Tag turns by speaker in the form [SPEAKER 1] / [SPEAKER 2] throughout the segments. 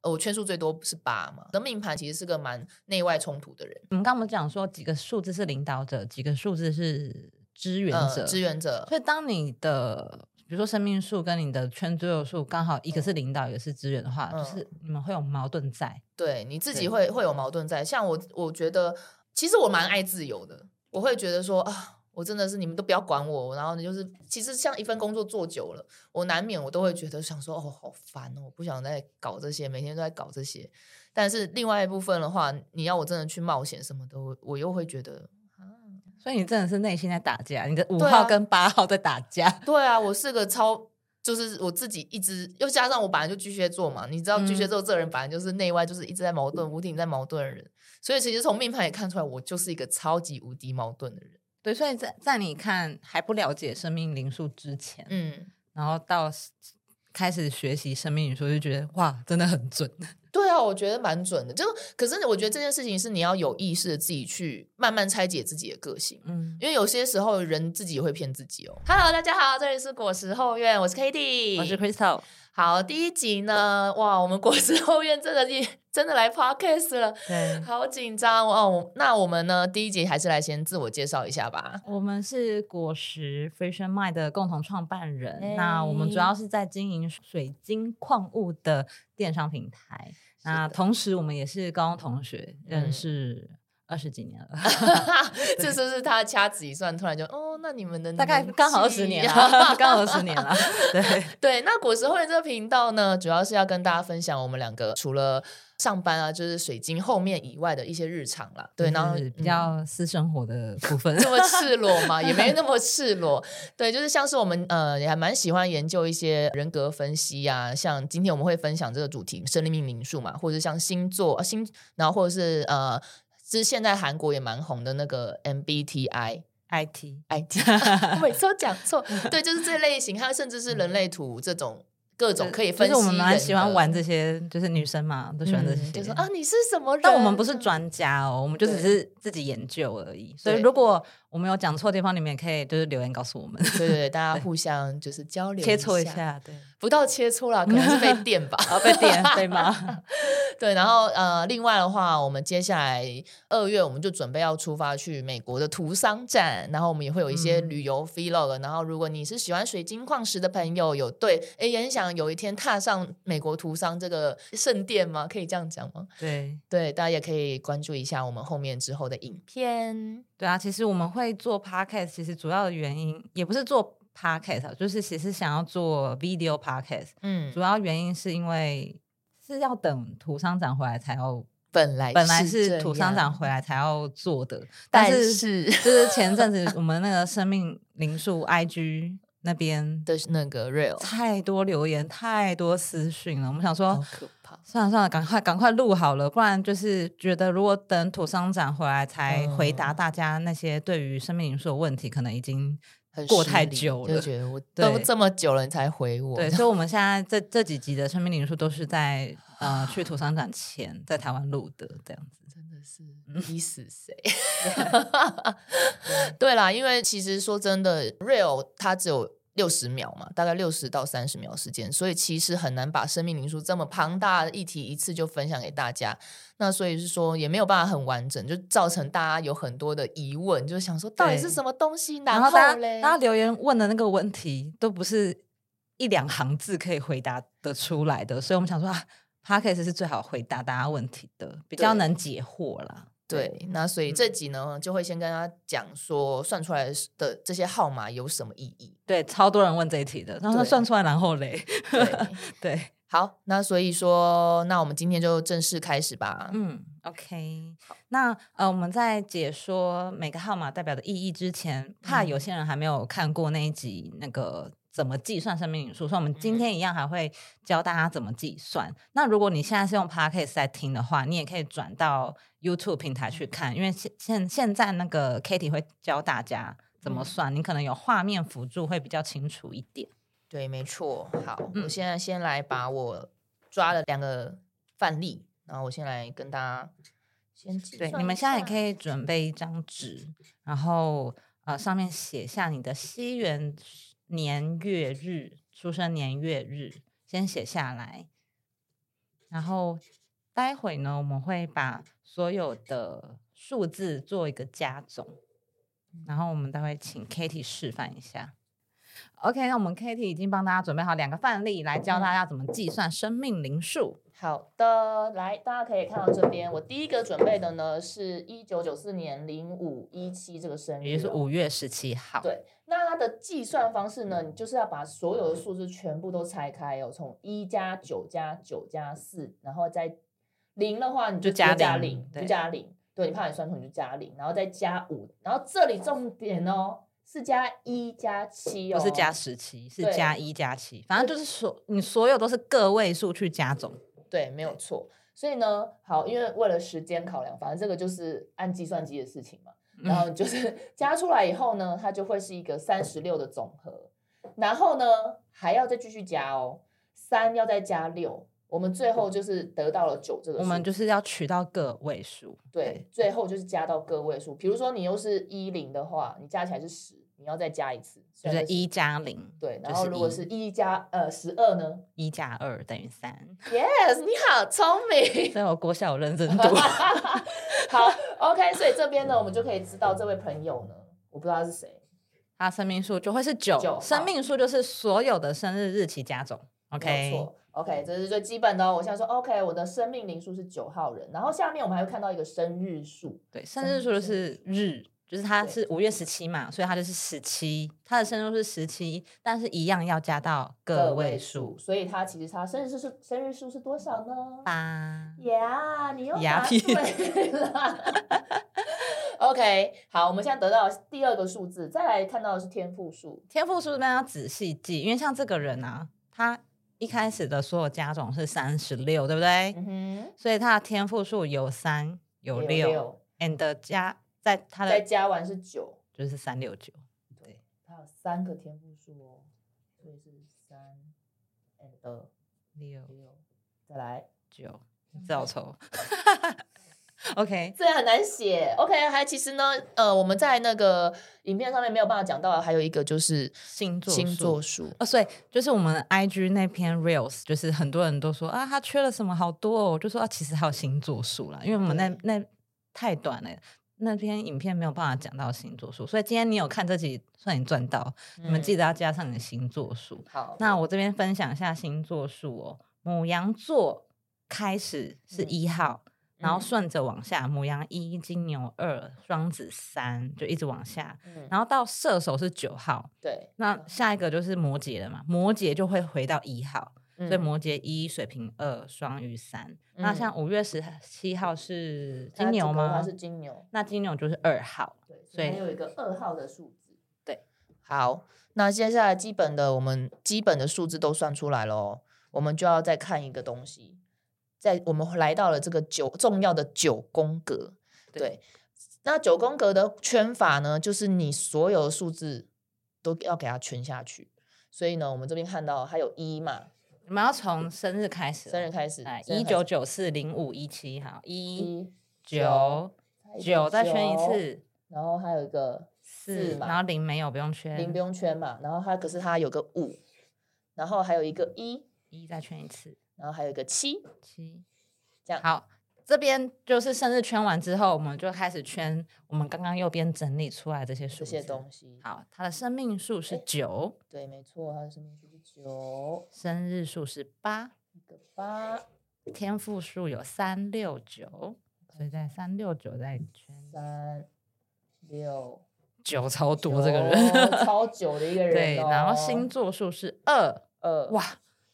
[SPEAKER 1] 呃我圈数最多是八嘛。那命盘其实是个蛮内外冲突的人，
[SPEAKER 2] 我们刚刚不是讲说几个数字是领导者，几个数字是支援者，
[SPEAKER 1] 呃，支援者，
[SPEAKER 2] 所以当你的比如说生命数跟你的圈左右数刚好一个是领导，一个是支援的话，
[SPEAKER 1] 嗯
[SPEAKER 2] 就是你们会有矛盾在。
[SPEAKER 1] 对你自己
[SPEAKER 2] 对
[SPEAKER 1] 会会有矛盾在。像我，我觉得其实我蛮爱自由的，我会觉得说啊，我真的是你们都不要管我，然后你就是其实像一份工作做久了，我难免我都会觉得想说哦，好烦哦，我不想再搞这些，每天都在搞这些。但是另外一部分的话，你要我真的去冒险什么的，我我又会觉得。
[SPEAKER 2] 所以你真的是内心在打架，你的五
[SPEAKER 1] 对啊
[SPEAKER 2] 号跟八号在打架。
[SPEAKER 1] 对啊，我是个超，就是我自己一直，又加上我本来就巨蟹座嘛，你知道巨蟹
[SPEAKER 2] 嗯
[SPEAKER 1] 座这人本来就是内外就是一直在矛盾，无敌在矛盾的人，所以其实从命盘也看出来，我就是一个超级无敌矛盾的人。
[SPEAKER 2] 对，所以在在你看还不了解生命灵数之前，
[SPEAKER 1] 嗯，
[SPEAKER 2] 然后到 s- 开始学习生命灵数，就觉得哇，真的很准。
[SPEAKER 1] 对啊，我觉得蛮准的。就可是我觉得这件事情是你要有意识的自己去慢慢拆解自己的个性。
[SPEAKER 2] 嗯，
[SPEAKER 1] 因为有些时候人自己也会骗自己哦。Hello，大家好，这里是果实后院，我是 k a t i e
[SPEAKER 2] 我是 Crystal，
[SPEAKER 1] 好，第一集呢，哇，我们果实后院真的是真的来 podcast 了，
[SPEAKER 2] 对，
[SPEAKER 1] 好紧张哦！我那我们呢？第一集还是来先自我介绍一下 吧。
[SPEAKER 2] 我们是果实 Fresh and Mind 的共同创办人。
[SPEAKER 1] 哎
[SPEAKER 2] 那我们主要是在经营水晶矿物的电商平台。那同时，我们也是高中同学，认
[SPEAKER 1] 嗯啊
[SPEAKER 2] 识二十几年了。
[SPEAKER 1] 这是不是他掐指一算，突然就哦，那你们的
[SPEAKER 2] 大概
[SPEAKER 1] 年
[SPEAKER 2] 刚好二
[SPEAKER 1] 纪
[SPEAKER 2] 十年啊了， 刚好二十年了。对，
[SPEAKER 1] 对，那果实后面这个频道呢，主要是要跟大家分享我们两个除了上班啊，就是水晶后面以外的一些日常啦。对，
[SPEAKER 2] 就
[SPEAKER 1] 然后
[SPEAKER 2] 是比
[SPEAKER 1] 嗯
[SPEAKER 2] 较私生活的部分。
[SPEAKER 1] 这么赤裸吗？也没那么赤裸。对，就是像是我们呃，也还蛮喜欢研究一些人格分析啊，像今天我们会分享这个主题生命灵数嘛，或者像星座、啊、星，然后或者是呃，就是现在韩国也蛮红的那个 MBTI。
[SPEAKER 2] IT，
[SPEAKER 1] I T，我每次都讲错。对，就是这类型，还有甚至是人类图这种各种可以分析
[SPEAKER 2] 就
[SPEAKER 1] 人
[SPEAKER 2] 是
[SPEAKER 1] 的。
[SPEAKER 2] 我们蛮喜欢玩这些，就是女生嘛，都喜欢这些。
[SPEAKER 1] 嗯就说啊，你是什么人？
[SPEAKER 2] 但我们不是专家哦，我们就只是自己研究而已。所以如果我们有讲错地方，你们也可以就是留言告诉我们，
[SPEAKER 1] 对对对，大家互相就是交流
[SPEAKER 2] 切磋一，下。对，
[SPEAKER 1] 不到切磋啦，可能是被电 吧。
[SPEAKER 2] 然后被点对 吗？
[SPEAKER 1] 对，然后呃，另外的话，我们接下来二月我们就准备要出发去美国的图商展，然后我们也会有一些
[SPEAKER 2] 嗯
[SPEAKER 1] 旅游 vlog、然后如果你是喜欢水晶矿石的朋友，有对诶也很想有一天踏上美国图商这个圣殿吗？可以这样讲吗？
[SPEAKER 2] 对
[SPEAKER 1] 对，大家也可以关注一下我们后面之后的影片。
[SPEAKER 2] 对啊，其实我们会做 podcast，其实主要的原因也不是做 podcast，啊就是其实想要做 video podcast，
[SPEAKER 1] 嗯
[SPEAKER 2] 主，要原因是因为是要等图商长回来才要
[SPEAKER 1] 本来
[SPEAKER 2] 本来
[SPEAKER 1] 这
[SPEAKER 2] 哎是土商长
[SPEAKER 1] 样，
[SPEAKER 2] 回来才要做的，
[SPEAKER 1] 但
[SPEAKER 2] 但是
[SPEAKER 1] 是
[SPEAKER 2] 就是前阵子我们那个生命灵数 IG 那边
[SPEAKER 1] 的那个 real
[SPEAKER 2] 太多留言，太多私讯了，我们想说。
[SPEAKER 1] 好可怕。
[SPEAKER 2] 算了算了，赶快赶快录好了，不然就是觉得如果等土商长回来才
[SPEAKER 1] 嗯
[SPEAKER 2] 回答大家那些对于生命灵数的问题，可能已经
[SPEAKER 1] 很
[SPEAKER 2] 过
[SPEAKER 1] 失
[SPEAKER 2] 太
[SPEAKER 1] 礼
[SPEAKER 2] 久
[SPEAKER 1] 就
[SPEAKER 2] 了
[SPEAKER 1] 觉得我都
[SPEAKER 2] 对
[SPEAKER 1] 这么久了，你才回我，
[SPEAKER 2] 对，所以我们现在这这几集的生命灵数都是在呃去土商展前在台湾录的这样子。
[SPEAKER 1] 真的是逼死谁？ 对啦，因为其实说真的，real 它只有六十秒嘛，大概六十到三十秒时间，所以其实很难把生命灵数这么庞大的议题一次就分享给大家。那所以是说也没有办法很完整，就造成大家有很多的疑问，就想说到底是什么东西，
[SPEAKER 2] 然
[SPEAKER 1] 后
[SPEAKER 2] 后大家
[SPEAKER 1] 嘞
[SPEAKER 2] 大家留言问的那个问题都不是一两行字可以回答得出来的，所以我们想说啊 p a c k a g e 是最好回答大家问题的，比较
[SPEAKER 1] 对
[SPEAKER 2] 能解惑啦。
[SPEAKER 1] 对，那所
[SPEAKER 2] 嗯
[SPEAKER 1] 以这集呢，就会先跟大家讲说算出来的这些号码有什么意 义。
[SPEAKER 2] 对，超多人问这一题的，然后
[SPEAKER 1] 对
[SPEAKER 2] 算出来然后嘞，
[SPEAKER 1] 对，
[SPEAKER 2] 对，
[SPEAKER 1] 好，那所以说，那我们今天就正式开始吧。
[SPEAKER 2] 嗯，OK。那呃，我们在解说每个号码代表的意义之前，怕有
[SPEAKER 1] 嗯
[SPEAKER 2] 些人还没有看过那一集那个。怎么计算生命灵数？所以我们
[SPEAKER 1] 嗯
[SPEAKER 2] 今天一样还会教大家怎么计算。那如果你现在是用 Podcast 在听的话，你也可以转到 YouTube 平台去看，因为现现现在那个 Kitty 会教大家怎么
[SPEAKER 1] 嗯
[SPEAKER 2] 算，你可能有画面辅助会比较清楚一点。
[SPEAKER 1] 对，没错。好，我
[SPEAKER 2] 嗯
[SPEAKER 1] 现在先来把我抓了两个范例，然后我先来跟大家先计
[SPEAKER 2] 对，
[SPEAKER 1] 算
[SPEAKER 2] 你们
[SPEAKER 1] 一
[SPEAKER 2] 现在也
[SPEAKER 1] 下
[SPEAKER 2] 可以准备一张纸，然后呃上面写下你的西元年月日、出生年月日，先写下来。然后待会呢，我们会把所有的数字做一个加总，
[SPEAKER 1] 嗯
[SPEAKER 2] 然后我们待会请 Kitty 示范一下。OK，那我们 Kitty 已经帮大家准备好两个范例，来教
[SPEAKER 1] 嗯
[SPEAKER 2] 大家怎么计算生命灵数。
[SPEAKER 1] 好的，来，大家可以看到这边，我第一个准备的呢是一九九四年零五一七这个生日哦，
[SPEAKER 2] 也就是五月十七号，
[SPEAKER 1] 对，那它的计算方式
[SPEAKER 2] 嗯
[SPEAKER 1] 呢？你就是要把所有的数字全部都拆开哦，从一加九加九加四，然后再零的话，你
[SPEAKER 2] 就
[SPEAKER 1] 就
[SPEAKER 2] 加
[SPEAKER 1] 直接加
[SPEAKER 2] 零
[SPEAKER 1] 零，
[SPEAKER 2] 对
[SPEAKER 1] 就加零。对你怕你算错，你就加零，然后再加五，然后这里重点哦，是加一加七哦，
[SPEAKER 2] 不是加十七，是
[SPEAKER 1] 对
[SPEAKER 2] 加一加七，反正就是所你所有都是个位数去加总。
[SPEAKER 1] 对，没有错。所以呢，好，因为为了时间考量，反正这个就是按计算机的事情 嘛。然后就是加出来以后呢，它就会是一个三十六的总和。然后呢，还要再继续加哦，三要再加六，我们最后就是得到了九这个数。
[SPEAKER 2] 我们就是要取到个位数，
[SPEAKER 1] 对，最后就是加到个位数。比如说你又是一零的话，你加起来是十，你要再加一次，
[SPEAKER 2] 就
[SPEAKER 1] 所以
[SPEAKER 2] 是一加零，
[SPEAKER 1] 对，然
[SPEAKER 2] 就
[SPEAKER 1] 后
[SPEAKER 2] 是
[SPEAKER 1] 如果
[SPEAKER 2] 一
[SPEAKER 1] 是一加呃十二呢
[SPEAKER 2] 一加二等于三。
[SPEAKER 1] ？Yes，你好聪明。
[SPEAKER 2] 所以我国小有认真读，
[SPEAKER 1] 好，OK，所以这边呢，我们就可以知道这位朋友呢，我不知道他是谁。
[SPEAKER 2] 它生命数就会是九
[SPEAKER 1] 九，
[SPEAKER 2] 生命数就是所有的生日日期加总。
[SPEAKER 1] 没有
[SPEAKER 2] OK，
[SPEAKER 1] 错，OK，这是最基本的、哦。我现在说 OK，我的生命灵数是九号人，然后下面我们还会看到一个生日数，
[SPEAKER 2] 对，生日数就是日，就是它
[SPEAKER 1] 对
[SPEAKER 2] 是五月十七嘛，所以它就是十七，它的生日数是十七，但是一样要加到个位数
[SPEAKER 1] 所以他其实他生日数是生日数是多少呢？
[SPEAKER 2] 八。
[SPEAKER 1] 呀，你又
[SPEAKER 2] 呀
[SPEAKER 1] 答
[SPEAKER 2] 屁
[SPEAKER 1] 对了。OK，好，我们现在得到第二个数字，再来看到的是天赋数，
[SPEAKER 2] 天赋数这边要仔细记，因为像这个人啊，他一开始的所有加总是三十六，对不对？
[SPEAKER 1] 嗯哼，
[SPEAKER 2] 所以他的天赋数有三有
[SPEAKER 1] 有
[SPEAKER 2] 六 a n d 加在他
[SPEAKER 1] 再
[SPEAKER 2] 的
[SPEAKER 1] 加完是九，
[SPEAKER 2] 就是三六九，
[SPEAKER 1] 它有三个天赋数哦，所以是三 and 二
[SPEAKER 2] 六
[SPEAKER 1] 六，再来，
[SPEAKER 2] 九，这好丑。OK，
[SPEAKER 1] 这很难写。OK，还其实呢，呃，我们在那个影片上面没有办法讲到，还有一个就是
[SPEAKER 2] 星座
[SPEAKER 1] 星座
[SPEAKER 2] 数。
[SPEAKER 1] 数。
[SPEAKER 2] 哦，所以就是我们 I G 那篇 reels，就是很多人都说啊，他缺了什么好多哦，我就说啊，其实还有星座数啦，因为我们那那太短了，那篇影片没有办法讲到星座数，所以今天你有看这集，算你赚到，你们记
[SPEAKER 1] 得
[SPEAKER 2] 得要加上你的星座数。
[SPEAKER 1] 嗯好？
[SPEAKER 2] 那我这边分享一下星座数哦，母羊座开始是
[SPEAKER 1] 嗯
[SPEAKER 2] 一号，然后
[SPEAKER 1] 嗯
[SPEAKER 2] 顺着往下，母羊一、金牛二、双子三，就一直往下，
[SPEAKER 1] 嗯，
[SPEAKER 2] 然后到射手是九号，
[SPEAKER 1] 对，
[SPEAKER 2] 那下一个就是摩羯了嘛，摩羯就会回到一号，
[SPEAKER 1] 嗯嗯
[SPEAKER 2] 所以摩羯一、水瓶二、双鱼三。那像五月十七号是金牛
[SPEAKER 1] 它
[SPEAKER 2] 吗
[SPEAKER 1] 这个的话？是金牛，
[SPEAKER 2] 那金牛就是二号，
[SPEAKER 1] 对，
[SPEAKER 2] 所以
[SPEAKER 1] 还有一个二号的数字。
[SPEAKER 2] 对，
[SPEAKER 1] 好，那接下来基本的我们基本的数字都算出来了哦，我们就要再看一个东西，在我们来到了这个九重要的九宫格。
[SPEAKER 2] 对
[SPEAKER 1] 对，那九宫格的圈法呢，就是你所有的数字都要给它圈下去。所以呢，我们这边看到还有一嘛，
[SPEAKER 2] 我们要从生日开始哦，
[SPEAKER 1] 生日开始
[SPEAKER 2] 哎，，
[SPEAKER 1] 生日
[SPEAKER 2] 一
[SPEAKER 1] 开
[SPEAKER 2] 九
[SPEAKER 1] 始
[SPEAKER 2] 九四零五一七，好，一
[SPEAKER 1] 一
[SPEAKER 2] 九九再圈一，
[SPEAKER 1] 还有
[SPEAKER 2] 次
[SPEAKER 1] 然后还有一个
[SPEAKER 2] 四，
[SPEAKER 1] 嘛
[SPEAKER 2] 然后零没有不用圈，
[SPEAKER 1] 零不用圈嘛，然后它可是它有个五，然后还有一个一，
[SPEAKER 2] 一再圈一次
[SPEAKER 1] 然后还有一个七，
[SPEAKER 2] 七，
[SPEAKER 1] 这样
[SPEAKER 2] 好。这边就是生日圈完之后，我们就开始圈我们刚刚右边整理出来这些数
[SPEAKER 1] 这
[SPEAKER 2] 字。
[SPEAKER 1] 些东西。
[SPEAKER 2] 好，他的生命数是
[SPEAKER 1] 诶
[SPEAKER 2] 九，
[SPEAKER 1] 对，没错，它的生命数是九，
[SPEAKER 2] 生日数是八，
[SPEAKER 1] 一个八，
[SPEAKER 2] 天赋数有三六九，所以在三六九在圈
[SPEAKER 1] 三六，
[SPEAKER 2] 九超 多
[SPEAKER 1] 九
[SPEAKER 2] 这个 人，
[SPEAKER 1] 超久的一个人、哦。
[SPEAKER 2] 对，然后星座数是二，
[SPEAKER 1] 二，哇，
[SPEAKER 2] 哇，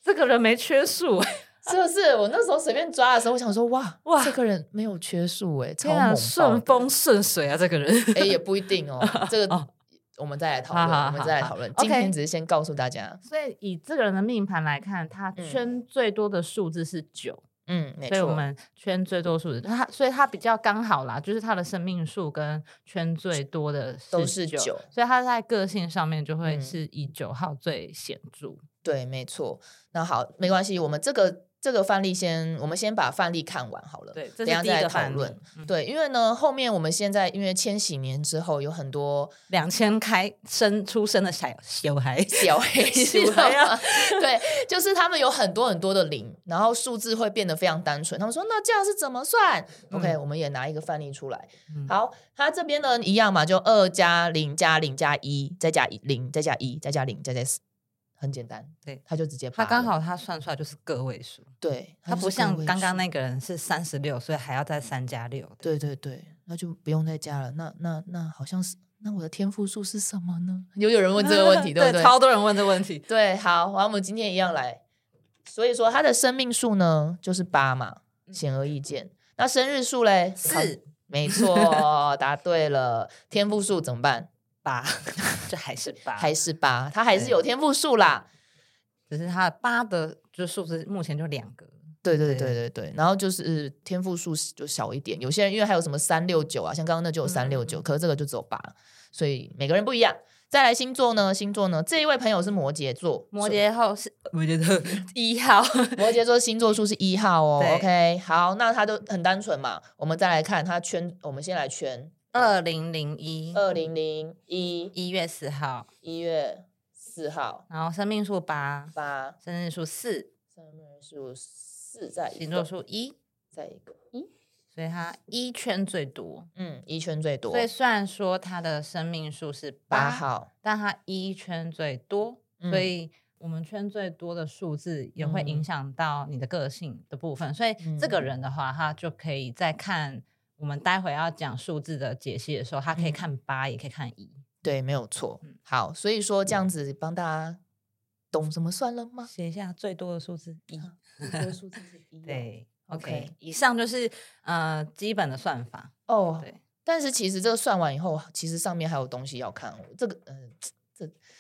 [SPEAKER 2] 这个人没缺数，欸
[SPEAKER 1] 是不是？我那时候随便抓的时候，我想说，哇
[SPEAKER 2] 哇
[SPEAKER 1] 哇，这个人没有缺数哎、超
[SPEAKER 2] 天啊，
[SPEAKER 1] 猛
[SPEAKER 2] 顺
[SPEAKER 1] 爆的
[SPEAKER 2] 风顺水啊，这个人。
[SPEAKER 1] 哎、也不一定 哦，这个。
[SPEAKER 2] 哦
[SPEAKER 1] 我们再来讨
[SPEAKER 2] 好
[SPEAKER 1] 论，
[SPEAKER 2] 好
[SPEAKER 1] 我们
[SPEAKER 2] 好
[SPEAKER 1] 再来
[SPEAKER 2] 好
[SPEAKER 1] 讨论。
[SPEAKER 2] ，OK
[SPEAKER 1] 今天只是先告诉大家，
[SPEAKER 2] 所以以这个人的命盘来看，他
[SPEAKER 1] 嗯
[SPEAKER 2] 圈最多的数字是九、
[SPEAKER 1] 嗯，没
[SPEAKER 2] 所以我
[SPEAKER 1] 错，
[SPEAKER 2] 们圈最多数字，他所以他比较刚好啦，就是他的生命数跟圈最多的
[SPEAKER 1] 都是
[SPEAKER 2] 九，
[SPEAKER 1] 九，
[SPEAKER 2] 所以他在个性上面就会
[SPEAKER 1] 嗯
[SPEAKER 2] 是以九号最显著。
[SPEAKER 1] 对，没错。那好，没关系，我们这个这个范例先，我们先把范例看完好了。
[SPEAKER 2] 对，
[SPEAKER 1] 等
[SPEAKER 2] 这是
[SPEAKER 1] 一下
[SPEAKER 2] 第一
[SPEAKER 1] 再来
[SPEAKER 2] 个
[SPEAKER 1] 讨
[SPEAKER 2] 范
[SPEAKER 1] 论
[SPEAKER 2] 例。。嗯
[SPEAKER 1] 对，因为呢，后面我们现在因为千禧年之后有很 多
[SPEAKER 2] 两千开生出生的小小孩，
[SPEAKER 1] 小黑
[SPEAKER 2] 小
[SPEAKER 1] 知道
[SPEAKER 2] 孩啊
[SPEAKER 1] 吗 对，就是他们有很多很多的零，然后数字会变得非常单纯。他们说那这样是怎么算、o k 我们也拿一个范例出来。
[SPEAKER 2] 嗯
[SPEAKER 1] 好，它这边呢一样嘛，就二加零加零加一，再加一零，再加一，再加零，再加四，很简单。
[SPEAKER 2] 对
[SPEAKER 1] 它就直接
[SPEAKER 2] 他
[SPEAKER 1] 拔
[SPEAKER 2] 刚
[SPEAKER 1] 了
[SPEAKER 2] 好他算出来就是个位数，
[SPEAKER 1] 对，
[SPEAKER 2] 他
[SPEAKER 1] 就
[SPEAKER 2] 不
[SPEAKER 1] 是个
[SPEAKER 2] 像
[SPEAKER 1] 位
[SPEAKER 2] 刚刚
[SPEAKER 1] 数
[SPEAKER 2] 那个人是三十六，所以还要再三加六。
[SPEAKER 1] 对对对，那就不用再加了。那那那好像是，那我的天赋数是什么呢？ 有有人问这个 问题，对不对？
[SPEAKER 2] 超多人问这问题。
[SPEAKER 1] 对，好，然后我们今天一样来。所以说，他的生命数呢就是八嘛，显而易见。那生日数嘞，好
[SPEAKER 2] 嗯四
[SPEAKER 1] 没 错，答对了。天赋数怎么办？
[SPEAKER 2] 八， 这还是八，
[SPEAKER 1] 还是八，他还是
[SPEAKER 2] 对
[SPEAKER 1] 有天赋数啦。
[SPEAKER 2] 只是他八的就数字目前就两个，
[SPEAKER 1] 对对对
[SPEAKER 2] 对
[SPEAKER 1] 对对，然后就是天赋数就少一点，有些人因为还有什么三六九啊，像刚刚那就有三六
[SPEAKER 2] 嗯
[SPEAKER 1] 九，可是这个就只有八，所以每个人不一样。再来星座呢，星座呢，这一位朋友是摩羯座，
[SPEAKER 2] 摩羯号是摩羯座 一号，
[SPEAKER 1] 摩羯座星座数是一号哦
[SPEAKER 2] 对
[SPEAKER 1] ，OK，好，那它都很单纯嘛。我们再来看它圈，我们先来圈
[SPEAKER 2] 二零零一
[SPEAKER 1] 二零零一
[SPEAKER 2] 一月四号，
[SPEAKER 1] 一月四号
[SPEAKER 2] 然后生命数八，
[SPEAKER 1] 八，
[SPEAKER 2] 生日数四，
[SPEAKER 1] 生日数四在一
[SPEAKER 2] 星座
[SPEAKER 1] 个，
[SPEAKER 2] 数一，
[SPEAKER 1] 在一个一，
[SPEAKER 2] 所以他一圈最多。
[SPEAKER 1] 嗯，一圈最多
[SPEAKER 2] 所，以虽然说他的生命数是
[SPEAKER 1] 八
[SPEAKER 2] 八，
[SPEAKER 1] 号，
[SPEAKER 2] 但他一圈最多，
[SPEAKER 1] 嗯
[SPEAKER 2] 所以我们圈最多的数字也会影
[SPEAKER 1] 嗯
[SPEAKER 2] 响到你的个性的部分。所以这个
[SPEAKER 1] 嗯
[SPEAKER 2] 人的话，他就可以在看我们待会要讲数字的解析的时候，他可以
[SPEAKER 1] 嗯
[SPEAKER 2] 看八、也可以看一。
[SPEAKER 1] 对，没有错
[SPEAKER 2] 嗯。
[SPEAKER 1] 好，所以说这样子帮大家懂怎么算了吗？
[SPEAKER 2] 写一下最多的数字一。
[SPEAKER 1] 多数字是一，
[SPEAKER 2] 啊对，OK，,
[SPEAKER 1] OK
[SPEAKER 2] 以上就是呃基本的算法。
[SPEAKER 1] 哦，
[SPEAKER 2] 对，
[SPEAKER 1] 但是其实这个算完以后，其实上面还有东西要看哦。这个，嗯，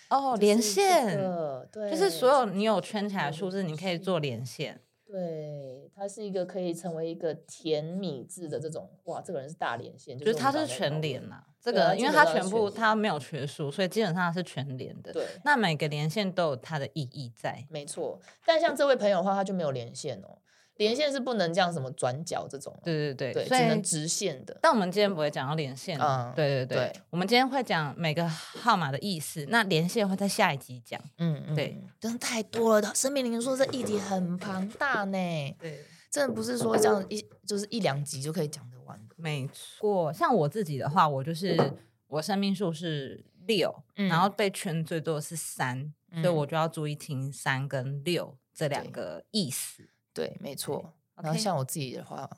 [SPEAKER 2] 哦，
[SPEAKER 1] 就
[SPEAKER 2] 连
[SPEAKER 1] 是这
[SPEAKER 2] 线。
[SPEAKER 1] 个对，
[SPEAKER 2] 就是所有你有圈起来的数字，
[SPEAKER 1] 连
[SPEAKER 2] 你可以
[SPEAKER 1] 线
[SPEAKER 2] 做连线。
[SPEAKER 1] 对，它是一个可以成为一个甜米字的这种，哇，这个人是大连线，
[SPEAKER 2] 就是
[SPEAKER 1] 我们
[SPEAKER 2] 它
[SPEAKER 1] 刚
[SPEAKER 2] 是
[SPEAKER 1] 才
[SPEAKER 2] 全
[SPEAKER 1] 讨
[SPEAKER 2] 连
[SPEAKER 1] 论
[SPEAKER 2] 呐、这
[SPEAKER 1] 对啊
[SPEAKER 2] 个
[SPEAKER 1] 基
[SPEAKER 2] 因为
[SPEAKER 1] 本
[SPEAKER 2] 它
[SPEAKER 1] 上是
[SPEAKER 2] 全
[SPEAKER 1] 全
[SPEAKER 2] 部
[SPEAKER 1] 连
[SPEAKER 2] 它没有缺数，所以基本上它是全连的。
[SPEAKER 1] 对，
[SPEAKER 2] 那每个连线都有它的意义在。
[SPEAKER 1] 没错。但像这位朋友的话，他就没有连线哦，连线是不能这样什么转角这种，
[SPEAKER 2] 对对对，
[SPEAKER 1] 对，
[SPEAKER 2] 所
[SPEAKER 1] 只能
[SPEAKER 2] 以
[SPEAKER 1] 直线的。
[SPEAKER 2] 但我们今天不会讲到连线啊。
[SPEAKER 1] 嗯
[SPEAKER 2] 对对对，
[SPEAKER 1] 对
[SPEAKER 2] 我们今天会讲每个号码的意思，那连线会在下一集讲。
[SPEAKER 1] 嗯，嗯
[SPEAKER 2] 对
[SPEAKER 1] 嗯真的太多了。生命灵数这议题很庞大呢，
[SPEAKER 2] 对，
[SPEAKER 1] 真的不是说这样一就是一两集就可以讲得完的。
[SPEAKER 2] 没错。像我自己的话，我就是我生命数是六、
[SPEAKER 1] 嗯
[SPEAKER 2] 然后被圈最多的是三、所以
[SPEAKER 1] 嗯
[SPEAKER 2] 我就要注意听三跟六这两
[SPEAKER 1] 对
[SPEAKER 2] 个意思。
[SPEAKER 1] 对，没错。然
[SPEAKER 2] OK
[SPEAKER 1] 后像我自己的话，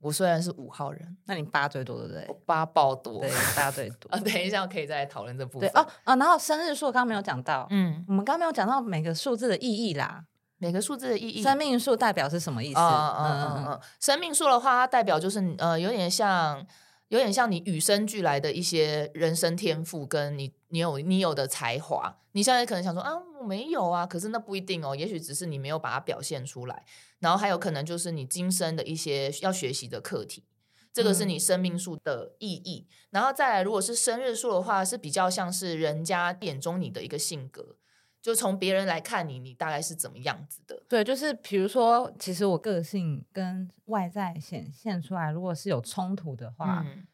[SPEAKER 1] 我虽然是五号人，
[SPEAKER 2] 那你八最多对不对
[SPEAKER 1] 我？八爆多
[SPEAKER 2] 对，八最多。
[SPEAKER 1] 啊。等一下可以再讨论这部
[SPEAKER 2] 对
[SPEAKER 1] 分。
[SPEAKER 2] 哦啊，然后生日数刚刚没有讲到，
[SPEAKER 1] 嗯，
[SPEAKER 2] 我们刚刚没有讲到每个数字的意义啦。
[SPEAKER 1] 每个数字的意义。
[SPEAKER 2] 生命数代表是什么意思？
[SPEAKER 1] 啊啊啊
[SPEAKER 2] 嗯嗯
[SPEAKER 1] 啊！生命数的话，它代表就是你呃，有点像，有点像你与生俱来的一些人生天赋，跟你你有你有的才华。你现在可能想说啊，我没有啊，可是那不一定哦，也许只是你没有把它表现出来。然后还有可能就是你今生的一些要学习的课题。这个是
[SPEAKER 2] 嗯
[SPEAKER 1] 你生命数的意义，然后再来，如果是生日数的话，是比较像是人家眼中你的一个性格，就从别人来看你，你大概是怎么样子的。
[SPEAKER 2] 对，就是比如说，其实我个性跟外在显现出来，如果是有冲突的话，
[SPEAKER 1] 嗯，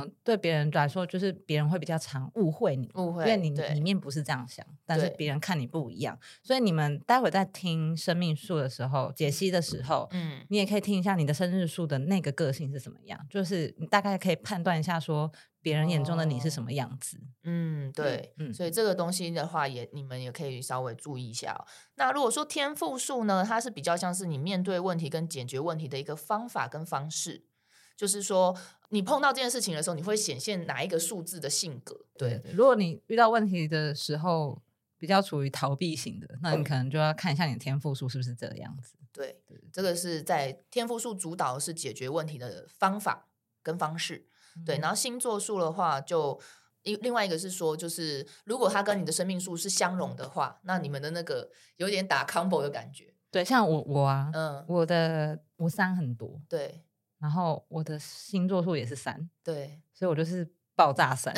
[SPEAKER 2] 嗯、对别人来说，就是别人会比较常误会你，
[SPEAKER 1] 误会，
[SPEAKER 2] 因为你
[SPEAKER 1] 对
[SPEAKER 2] 里面不是这样想，但是
[SPEAKER 1] 对
[SPEAKER 2] 别人看你不一样，所以你们待会在听生命数的时候，解析的时候，
[SPEAKER 1] 嗯，
[SPEAKER 2] 你也可以听一下你的生日数的那个个性是什么样，就是你大概可以判断一下，说别人眼中的你是什么样子。
[SPEAKER 1] 嗯，对，
[SPEAKER 2] 嗯
[SPEAKER 1] 所以这个东西的话也，你们也可以稍微注意一下、哦。那如果说天赋数呢，它是比较像是你面对问题跟解决问题的一个方法跟方式，就是说你碰到这件事情的时候，你会显现哪一个数字的性格？对，
[SPEAKER 2] 如果你遇到问题的时候比较处于逃避型的，那你
[SPEAKER 1] 嗯
[SPEAKER 2] 可能就要看一下你的天赋数是不是这样子。
[SPEAKER 1] 对，这个是在天赋数主导是解决问题的方法跟方式。对，然后星座数的话就。另另外一个是说，就是如果它跟你的生命数是相容的话，那你们的那个有点打 combo 的感觉，
[SPEAKER 2] 对，像我我啊，
[SPEAKER 1] 嗯，
[SPEAKER 2] 我的我三很多，
[SPEAKER 1] 对
[SPEAKER 2] 然后我的星座数也是三，
[SPEAKER 1] 对，
[SPEAKER 2] 所以我就是爆炸 三。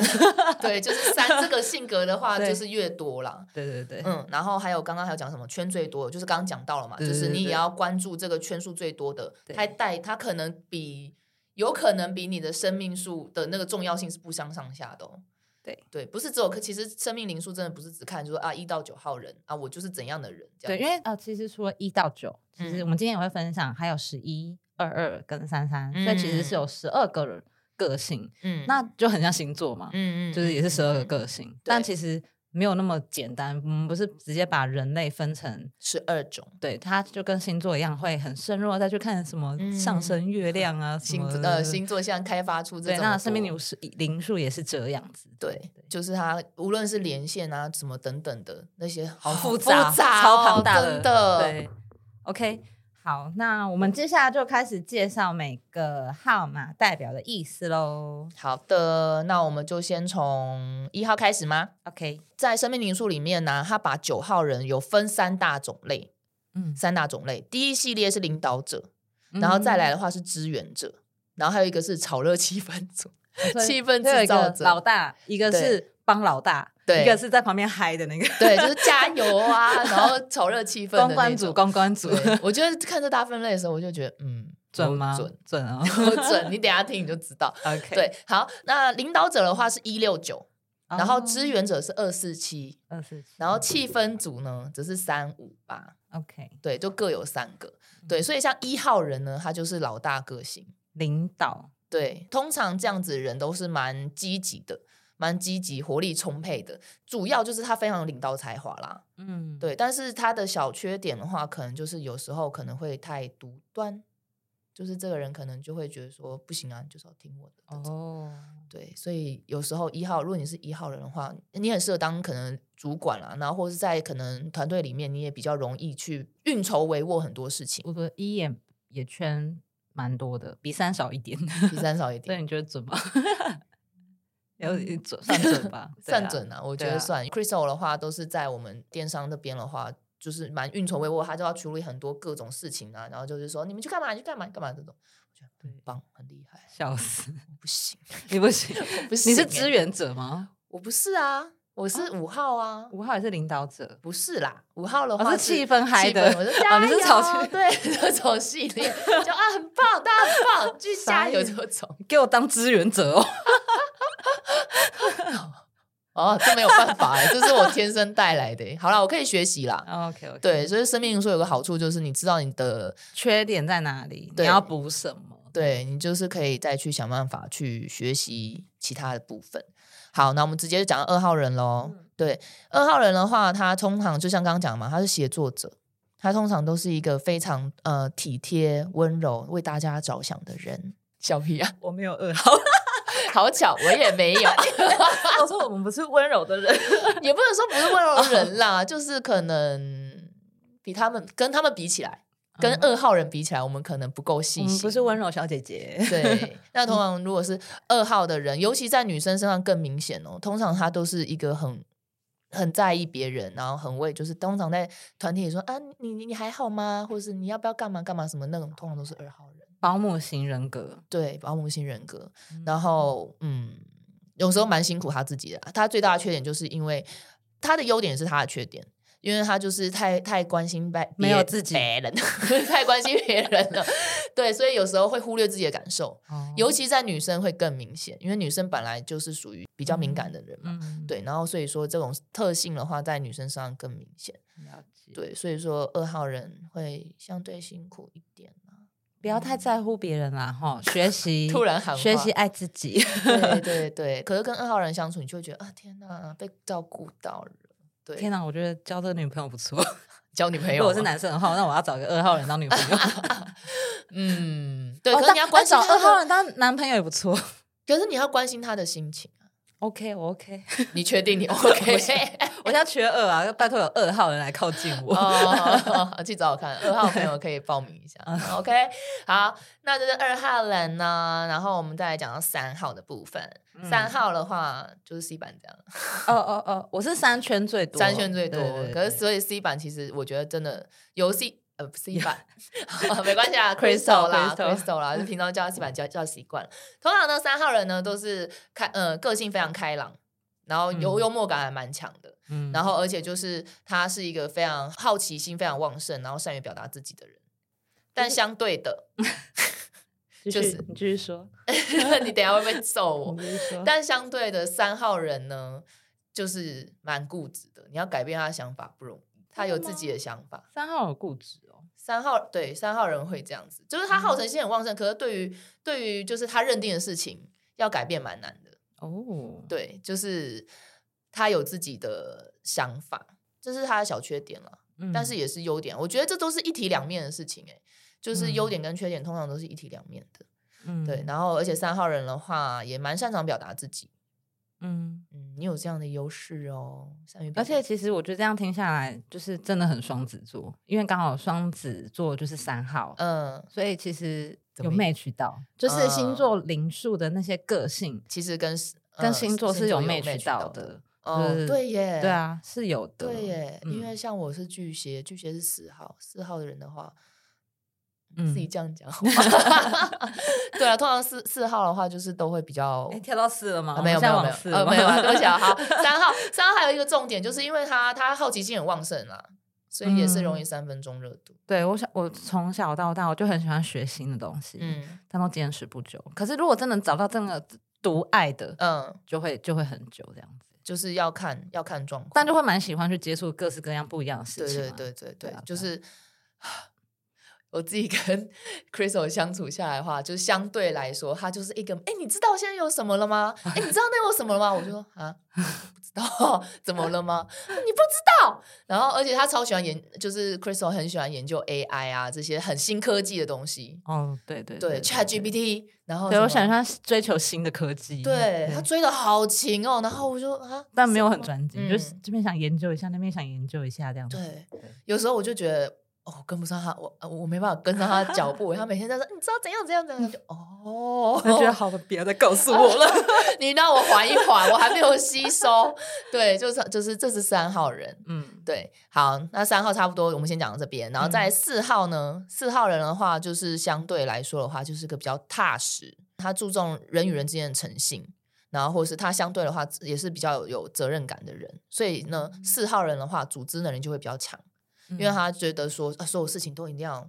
[SPEAKER 1] 对，就是三这个性格的话，
[SPEAKER 2] 对
[SPEAKER 1] 就是越多啦。
[SPEAKER 2] 对对对，
[SPEAKER 1] 嗯，然后还有刚刚还有讲什么圈最多，就是刚刚讲到了嘛，
[SPEAKER 2] 对
[SPEAKER 1] 就是
[SPEAKER 2] 对
[SPEAKER 1] 你也
[SPEAKER 2] 对
[SPEAKER 1] 要关注这个圈数最多的，
[SPEAKER 2] 对
[SPEAKER 1] 它带它可能比有可能比你的生命数的那个重要性是不相上下的、哦。
[SPEAKER 2] 对
[SPEAKER 1] 对，不是只有其实生命灵数真的不是只看就是啊一到九号人啊，我就是怎样的人这样。
[SPEAKER 2] 对，因为呃，其实除了一到九，其实
[SPEAKER 1] 嗯
[SPEAKER 2] 我们今天也会分享，还有十一、二二跟三三，所以其实是有十二个人个性，
[SPEAKER 1] 嗯
[SPEAKER 2] 那就很像星座嘛，
[SPEAKER 1] 嗯
[SPEAKER 2] 就是也是十二个个性，但
[SPEAKER 1] 对
[SPEAKER 2] 其实没有那么简单，我们不是直接把人类分成
[SPEAKER 1] 十二种
[SPEAKER 2] 对，它就跟星座一样，会很深入的再去看什么上升、月亮啊，什
[SPEAKER 1] 嗯星
[SPEAKER 2] 么
[SPEAKER 1] 座呃星座现在开发出这
[SPEAKER 2] 对，
[SPEAKER 1] 种
[SPEAKER 2] 那生命
[SPEAKER 1] 多
[SPEAKER 2] 灵数灵数也是这样子，
[SPEAKER 1] 对，就是它无论是连线啊什么等等的那些好
[SPEAKER 2] 复
[SPEAKER 1] 杂
[SPEAKER 2] 杂、
[SPEAKER 1] 哦、
[SPEAKER 2] 超庞大
[SPEAKER 1] 真
[SPEAKER 2] 的。
[SPEAKER 1] 的
[SPEAKER 2] 对，OK，好，那我们接下来就开始介绍每个号码代表的意思喽。
[SPEAKER 1] 好的，那我们就先从一号开始吗？
[SPEAKER 2] OK，
[SPEAKER 1] 在生命灵数里面呢、它把九号人有分三大种类，
[SPEAKER 2] 嗯，
[SPEAKER 1] 三大种类。第一系列是领导者，然后
[SPEAKER 2] 嗯
[SPEAKER 1] 再来的话是支援者，然后还有一个是炒热气氛组。
[SPEAKER 2] 所以
[SPEAKER 1] 气氛
[SPEAKER 2] 就有一
[SPEAKER 1] 制造
[SPEAKER 2] 个
[SPEAKER 1] 者
[SPEAKER 2] 老大，一个是帮老大，
[SPEAKER 1] 对
[SPEAKER 2] 一个是在旁边嗨的那个
[SPEAKER 1] 对，就是加油啊，然后炒热气氛的
[SPEAKER 2] 公
[SPEAKER 1] 那
[SPEAKER 2] 关组，
[SPEAKER 1] 种
[SPEAKER 2] 公关组
[SPEAKER 1] 对，我觉得看这大分类的时候，我就觉得嗯，
[SPEAKER 2] 准
[SPEAKER 1] 我
[SPEAKER 2] 吗？
[SPEAKER 1] 准，
[SPEAKER 2] 准 哦
[SPEAKER 1] 我准，你等一下听你就知道。
[SPEAKER 2] ，OK，，
[SPEAKER 1] 对，好，那领导者的话是一六九，然后支
[SPEAKER 2] 援
[SPEAKER 1] 援者是二四七，
[SPEAKER 2] 哦二四七，
[SPEAKER 1] 然后气氛组呢则是三五八。
[SPEAKER 2] OK，
[SPEAKER 1] 对，就各有三个。对，所以像一号人呢，他就是老大个性。
[SPEAKER 2] 领导
[SPEAKER 1] 对，通常这样子的人都是蛮积极的，蛮积极、活力充沛的。主要就是他非常有领导才华啦。
[SPEAKER 2] 嗯，
[SPEAKER 1] 对，但是他的小缺点的话，可能就是有时候可能会太独断，就是这个人可能就会觉得说不行啊，你就是要听我的。哦，
[SPEAKER 2] 哦，
[SPEAKER 1] 对，所以有时候一号，如果你是一号人的话，你很适合当可能主管啦、然后或是在可能团队里面，你也比较容易去运筹帷幄很多事情。
[SPEAKER 2] 我的一也也圈蛮多的， 比三少一点，
[SPEAKER 1] 比三少一
[SPEAKER 2] 所以
[SPEAKER 1] 点，
[SPEAKER 2] 你觉得准吗？ 有点准，算 准吧，对啊
[SPEAKER 1] 嗯算准啊，我觉
[SPEAKER 2] 对啊
[SPEAKER 1] 得算。Crystal 的话，都是在我们电商那边的话，就是蛮运筹帷幄，他就要处理很多各种事情啊，然后就是说你们去干嘛，你去干嘛，你干嘛这种，我觉得很
[SPEAKER 2] 对
[SPEAKER 1] 棒，很厉害。
[SPEAKER 2] 笑死，
[SPEAKER 1] 我不行，
[SPEAKER 2] 你不行，
[SPEAKER 1] 不行
[SPEAKER 2] 你
[SPEAKER 1] 欸
[SPEAKER 2] 是支援者吗？
[SPEAKER 1] 我不是啊，我是五号啊。
[SPEAKER 2] 五号也是领导者，
[SPEAKER 1] 不是啦，五号的
[SPEAKER 2] 哦
[SPEAKER 1] 话
[SPEAKER 2] 是气氛嗨的
[SPEAKER 1] 我就
[SPEAKER 2] 哦
[SPEAKER 1] 加
[SPEAKER 2] 你
[SPEAKER 1] 油，
[SPEAKER 2] 是炒气
[SPEAKER 1] 对 这种系列就啊很棒，大家很棒，继续加油
[SPEAKER 2] 傻眼
[SPEAKER 1] 这种
[SPEAKER 2] 给我当支 援者哦。
[SPEAKER 1] 哦，这没有办法哎、这是我天生带来的 欸、好啦，我可以学习啦，
[SPEAKER 2] OK OK，，
[SPEAKER 1] 对，所以生命灵数有个好处就是你知道你的，
[SPEAKER 2] 缺点在哪里？你
[SPEAKER 1] 对
[SPEAKER 2] 要补什么？
[SPEAKER 1] 对你就是可以再去想办法去学习其他的部分。好，那我们直接就讲到二号人喽。对，二号人的话，他通常就像刚刚讲嘛，他是协作者，他通常都是一个非常呃体贴、温柔、为大家着想的人。小屁啊，
[SPEAKER 2] 我没有二号，
[SPEAKER 1] 好巧，我 也没有，
[SPEAKER 2] 我说我们不是温柔的人，
[SPEAKER 1] 也不能说不是温柔的人啦，就是可能比他们跟他们比起来，跟
[SPEAKER 2] 嗯
[SPEAKER 1] 二号人比起来，我们可能嗯不够细
[SPEAKER 2] 我们
[SPEAKER 1] 心，
[SPEAKER 2] 不 是温柔小姐姐。
[SPEAKER 1] 对，那
[SPEAKER 2] 嗯
[SPEAKER 1] 通常如果是二号的人，尤其在女生身上更明显哦。通常她都是一个很很在意别人，然后很为就是通常在团体里说啊，你你你还好吗？或者是你要不要干嘛干嘛什么那种，通常都是二号人。
[SPEAKER 2] 保姆型人格，
[SPEAKER 1] 对，保姆型人格，然后嗯，有时候蛮辛苦他自己的啊。他最大的缺点就是因为他的优点是他的缺点。因为他就是太太关心别
[SPEAKER 2] 没有自己
[SPEAKER 1] 别人， 太关心别人了，对，所以有时候会忽略自己的感受。
[SPEAKER 2] 哦
[SPEAKER 1] 尤其在女生会更明显，因为女生本来就是属于比较敏感的人嘛，
[SPEAKER 2] 嗯，
[SPEAKER 1] 对，然后所以说这种特性的话，在女生身上更明显，
[SPEAKER 2] 了解
[SPEAKER 1] 对，所以说二号人会相对辛苦一点啊，
[SPEAKER 2] 不要太在乎别人啦，哈，学 习
[SPEAKER 1] 突然喊话
[SPEAKER 2] 学习爱自己，
[SPEAKER 1] 对对对，可是跟二号人相处，你就会觉得啊，天哪，被照顾到了，对，
[SPEAKER 2] 天
[SPEAKER 1] 哪，
[SPEAKER 2] 哪，我觉得交这个女朋友不错。
[SPEAKER 1] 交女朋
[SPEAKER 2] 如
[SPEAKER 1] 友，
[SPEAKER 2] 果我是，男生的话，那我要找一个二号人当女朋 友。
[SPEAKER 1] 嗯，对，
[SPEAKER 2] 哦
[SPEAKER 1] 可是
[SPEAKER 2] 但
[SPEAKER 1] 你要关心
[SPEAKER 2] 但找
[SPEAKER 1] 他
[SPEAKER 2] 二号
[SPEAKER 1] 的，
[SPEAKER 2] 人当男朋友也不错。
[SPEAKER 1] 可是你要关心他的心情啊，
[SPEAKER 2] OK，我 OK，
[SPEAKER 1] 你确定你 OK？
[SPEAKER 2] 嗯 我现在缺二啊，拜托有二号人来靠近我。
[SPEAKER 1] 哦，去找我看，二号朋友可以报名一下。OK，好，那这是二号人呢，然后我们再来讲到三号的部分。
[SPEAKER 2] 嗯
[SPEAKER 1] 三号的话就是 C 版这样，
[SPEAKER 2] 哦哦哦，我是三圈最多，
[SPEAKER 1] 三圈最多。
[SPEAKER 2] 对对对
[SPEAKER 1] 可是所以 C 版其实我觉得真的有 C 呃不是一版， 没关系啊，Crystal 啦
[SPEAKER 2] Crystal
[SPEAKER 1] ，Crystal 啦，就平常叫 C 版叫叫习惯了。通常呢，三号人呢都是开呃个性非常开朗，然后幽
[SPEAKER 2] 嗯
[SPEAKER 1] 幽默感还蛮强的，
[SPEAKER 2] 嗯，
[SPEAKER 1] 然后而且就是他是一个非常好奇心非常旺盛，然后善于表达自己的人。但相对的，
[SPEAKER 2] 继
[SPEAKER 1] 就
[SPEAKER 2] 续
[SPEAKER 1] 是
[SPEAKER 2] 你继续说，
[SPEAKER 1] 你等一下会不会揍我
[SPEAKER 2] 你？继续说，
[SPEAKER 1] 但相对的，三号人呢，就是蛮固执的。你要改变他的想法不容易，他有自己的想法。
[SPEAKER 2] 三号有固执哦，
[SPEAKER 1] 三号对三号人会这样子，就是他好胜心很旺盛，可是对于对于就是他认定的事情要改变蛮难的。
[SPEAKER 2] 哦，
[SPEAKER 1] 对，就是他有自己的想法，这是他的小缺点了，
[SPEAKER 2] 嗯，
[SPEAKER 1] 但是也是优点。我觉得这都是一体两面的事情、欸，就是
[SPEAKER 2] 嗯
[SPEAKER 1] 优点跟缺点通常都是一体两面的。
[SPEAKER 2] 嗯
[SPEAKER 1] 对，然后而且三号人的话也蛮擅长表达自己，
[SPEAKER 2] 嗯，
[SPEAKER 1] 嗯，你有这样的优势哦，善于表
[SPEAKER 2] 而
[SPEAKER 1] 达
[SPEAKER 2] 且其实我觉得这样听下来，就是真的很双子座，因为刚好双子座就是三号，
[SPEAKER 1] 嗯，
[SPEAKER 2] 所以其实
[SPEAKER 1] 怎
[SPEAKER 2] 有
[SPEAKER 1] 么嗯
[SPEAKER 2] match 到，就是星座灵数的那些个性
[SPEAKER 1] 其实跟
[SPEAKER 2] 跟
[SPEAKER 1] 嗯
[SPEAKER 2] 星座是有 match
[SPEAKER 1] 到
[SPEAKER 2] 到。的。
[SPEAKER 1] 哦
[SPEAKER 2] 就是，
[SPEAKER 1] 对耶，
[SPEAKER 2] 对，啊，是有的。
[SPEAKER 1] 对耶，因为
[SPEAKER 2] 嗯
[SPEAKER 1] 像我是巨蟹，巨蟹是四号，四号的人的话，
[SPEAKER 2] 嗯
[SPEAKER 1] 自己这样讲话， 对啊，通常四四号的话就是都会比较
[SPEAKER 2] 哎，。跳到四了吗？
[SPEAKER 1] 啊
[SPEAKER 2] 我
[SPEAKER 1] 没
[SPEAKER 2] 们
[SPEAKER 1] 有
[SPEAKER 2] 现
[SPEAKER 1] 没有
[SPEAKER 2] 在往
[SPEAKER 1] 没有
[SPEAKER 2] 四
[SPEAKER 1] 呃
[SPEAKER 2] 了吗
[SPEAKER 1] 没有啊，对不起啊，好三号三号还有一个重点就是因为他他好奇心很旺盛啦，所以也是容易
[SPEAKER 2] 嗯
[SPEAKER 1] 三分钟热度。
[SPEAKER 2] 对我想，我从小到大我就很喜欢学新的东西，
[SPEAKER 1] 嗯
[SPEAKER 2] 但都坚持不久。可是如果真的找到真的独爱的，
[SPEAKER 1] 嗯，
[SPEAKER 2] 就会就会很久这样子，
[SPEAKER 1] 就是要看要看状况，
[SPEAKER 2] 但就会蛮喜欢去接触各式各样不一样的事
[SPEAKER 1] 哦对
[SPEAKER 2] 情
[SPEAKER 1] 对
[SPEAKER 2] 啊。
[SPEAKER 1] 对对
[SPEAKER 2] 对
[SPEAKER 1] 对
[SPEAKER 2] 啊，
[SPEAKER 1] 就
[SPEAKER 2] 对
[SPEAKER 1] 是我自己跟 Crystal 相处下来的话，就是相对来说，他就是一个，哎，你知道现在有什么了吗？哎，你知道那有什么了吗？我就说啊，不知道，怎么了吗？你不知道。然后，而且他超喜欢研，就是 Crystal 很喜欢研究 AI 啊这些很新科技的东西，
[SPEAKER 2] 哦，对对
[SPEAKER 1] 对 ChatGPT，然后
[SPEAKER 2] 对
[SPEAKER 1] 什
[SPEAKER 2] 我
[SPEAKER 1] 么
[SPEAKER 2] 想，他追求新的科技，
[SPEAKER 1] 对他追的好勤哦，然后我就啊，
[SPEAKER 2] 但没有
[SPEAKER 1] 什
[SPEAKER 2] 很
[SPEAKER 1] 么
[SPEAKER 2] 专精，就是
[SPEAKER 1] 嗯
[SPEAKER 2] 这边想研究一下，那边想研究一下这样子。
[SPEAKER 1] 对
[SPEAKER 2] 对，
[SPEAKER 1] 有时候我就觉得。哦，我跟不上他，我呃我没办法跟上他的脚步。他每天在说，你知道怎样怎样怎样，就哦，
[SPEAKER 2] 我觉得好了，不要再告诉 我了。
[SPEAKER 1] 你让我缓一缓，我还没有吸收。对，就是就是这是三号人，
[SPEAKER 2] 嗯，
[SPEAKER 1] 对，好，那三号差不多，我们先讲到这边，然后再来四号呢，四号人的话，就是相对来说的话，就是个比较踏实，他注重人与人之间的诚信，然后或是他相对的话也是比较有有责任感的人，所以呢，
[SPEAKER 2] 嗯
[SPEAKER 1] 四号人的话，组织能力就会比较强。
[SPEAKER 2] 因
[SPEAKER 1] 因为他觉得说、啊、所有事情都一定要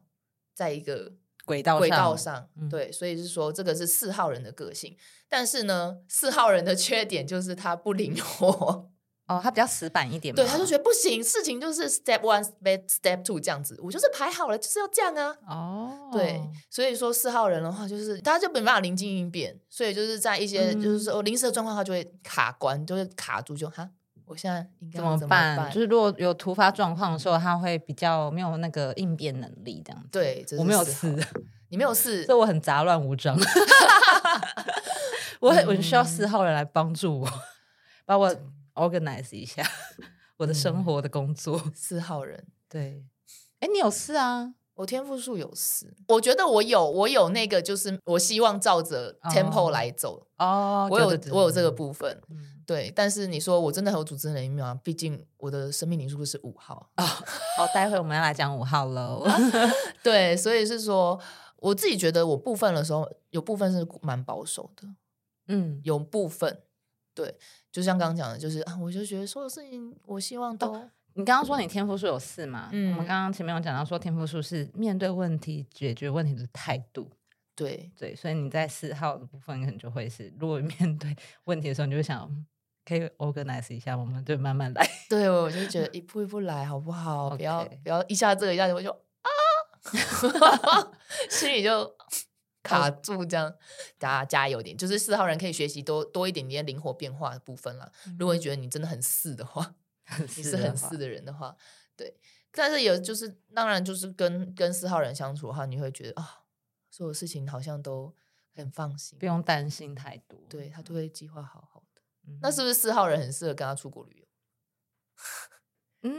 [SPEAKER 1] 在一个
[SPEAKER 2] 轨道
[SPEAKER 1] 轨道
[SPEAKER 2] 上
[SPEAKER 1] 上，
[SPEAKER 2] 嗯
[SPEAKER 1] 对，所以是说这个是四号人的个性。但是呢，四号人的缺点就是他不灵活，
[SPEAKER 2] 哦，他比较死板一点嘛，
[SPEAKER 1] 对，他就觉得不行，事情就是 step one step step two 这样子，我就是排好了就是要这样啊。
[SPEAKER 2] 得哦，
[SPEAKER 1] 对，所以说四号人的话，就是他就没办法临机应变，所以就是在一些、
[SPEAKER 2] 嗯
[SPEAKER 1] 就是说临时的状况，他就会卡关，就会卡住，就哈，我现在应该
[SPEAKER 2] 怎
[SPEAKER 1] 要
[SPEAKER 2] 么
[SPEAKER 1] 怎么
[SPEAKER 2] 办？就是如果有突发状况的时候，他会比较没有那个应变能力这样子。
[SPEAKER 1] 对，这
[SPEAKER 2] 我
[SPEAKER 1] 是
[SPEAKER 2] 没有
[SPEAKER 1] 四号
[SPEAKER 2] 四，
[SPEAKER 1] 你没有四
[SPEAKER 2] 所，以我很杂乱无章。 我很我需要四号人来帮助我，把我 organize 一 下我的生活、我的工作。
[SPEAKER 1] 四号人。
[SPEAKER 2] 嗯对，哎，你有事啊？
[SPEAKER 1] 我天赋数有四，我觉得我有，我有那个，就是我希望照着 tempo
[SPEAKER 2] 哦
[SPEAKER 1] 来走，
[SPEAKER 2] 哦，
[SPEAKER 1] 我
[SPEAKER 2] 对
[SPEAKER 1] 有
[SPEAKER 2] 对对
[SPEAKER 1] 我有这个
[SPEAKER 2] 对
[SPEAKER 1] 部分，
[SPEAKER 2] 嗯
[SPEAKER 1] 对。但是你说我真的很有组织能力吗？毕竟我的生命灵数是五号，
[SPEAKER 2] 哦，待会我们要来讲五号喽。
[SPEAKER 1] 对，所以是说我自己觉得我部分的时候，有部分是蛮保守的，
[SPEAKER 2] 嗯，
[SPEAKER 1] 有部分对，就像刚刚讲的，就是啊，我就觉得所有事情，我希望都、
[SPEAKER 2] 你刚刚说你天赋数有四嘛？我们
[SPEAKER 1] 嗯
[SPEAKER 2] 刚刚前面有讲到说天赋数是面对问题、解决问题的态度。
[SPEAKER 1] 对，
[SPEAKER 2] 对，所以你在四号的部分可能就会是，如果面对 问题的时候，你就会想嗯可以 organize 一下，我们就慢慢来。
[SPEAKER 1] 对，我就觉得一步一步来，好不好？不要
[SPEAKER 2] OK
[SPEAKER 1] 不要一下这个一下那个，我就 啊，心里就卡住这样。大家加油点，就是四号人可以学习多多一点点灵活变化的部分啦。如果你觉得你真的很四的话， 你是很四
[SPEAKER 2] 嗯的
[SPEAKER 1] 的人的话，对。但是也就是当然就是跟跟四号人相处的话，你会觉得啊，所有事情好像都很放心
[SPEAKER 2] 话，不，用担心太多。
[SPEAKER 1] 对他都会计划好好的。
[SPEAKER 2] 嗯，
[SPEAKER 1] 那是不是四号人很适合跟他出国旅游？
[SPEAKER 2] 嗯，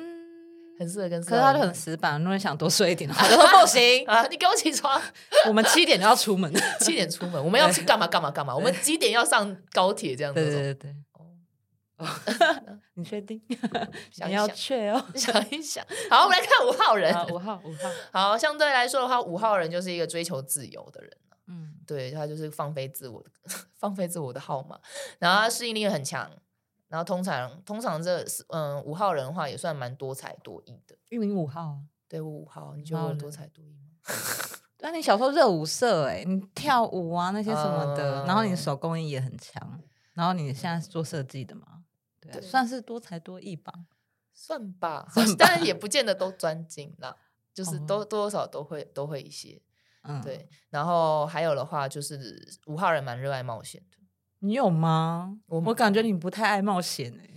[SPEAKER 1] 很适合跟四
[SPEAKER 2] 可
[SPEAKER 1] 号
[SPEAKER 2] 是
[SPEAKER 1] 人，
[SPEAKER 2] 他就很死板，如果你想多睡一点的话， 他就说不行，
[SPEAKER 1] 啊！你给我起床，
[SPEAKER 2] 我们七点就要出门。
[SPEAKER 1] 七点出门，我们要去干嘛干嘛干嘛，我们几点要上高铁这样子
[SPEAKER 2] 对
[SPEAKER 1] 那种。
[SPEAKER 2] 对对对，
[SPEAKER 1] 哦
[SPEAKER 2] 你确定？
[SPEAKER 1] 想
[SPEAKER 2] 你
[SPEAKER 1] 一
[SPEAKER 2] 要
[SPEAKER 1] 想
[SPEAKER 2] 确哦。
[SPEAKER 1] 想一想，好，我们来看五号人。
[SPEAKER 2] 好五号，五号，
[SPEAKER 1] 好，相对来说的话，五号人就是一个追求自由的人。
[SPEAKER 2] 嗯，
[SPEAKER 1] 对他就是放飞自我的 放飞自我的号码，然后他适应力很强，然后通常通常这四嗯五号人的话也算蛮多才多艺的。
[SPEAKER 2] 玉明五号啊。
[SPEAKER 1] 对我五号，你觉得我
[SPEAKER 2] 猫
[SPEAKER 1] 多
[SPEAKER 2] 人
[SPEAKER 1] 才多艺吗？
[SPEAKER 2] 对啊，你小时候热舞社哎、你跳舞啊那些什么的，然后你的
[SPEAKER 1] 嗯
[SPEAKER 2] 手工艺也很强，然后你现在是做设计的嘛，对啊，
[SPEAKER 1] 对
[SPEAKER 2] 算是多才多艺吧。
[SPEAKER 1] 算 吧，当然也不见得都专精啦，就是
[SPEAKER 2] 哦
[SPEAKER 1] 都多多少少都会都会一些。
[SPEAKER 2] 嗯，，
[SPEAKER 1] 对，然后还有的话就是五号人蛮热爱冒险的，
[SPEAKER 2] 你有吗？
[SPEAKER 1] 我
[SPEAKER 2] 我感觉你不太爱冒险哎、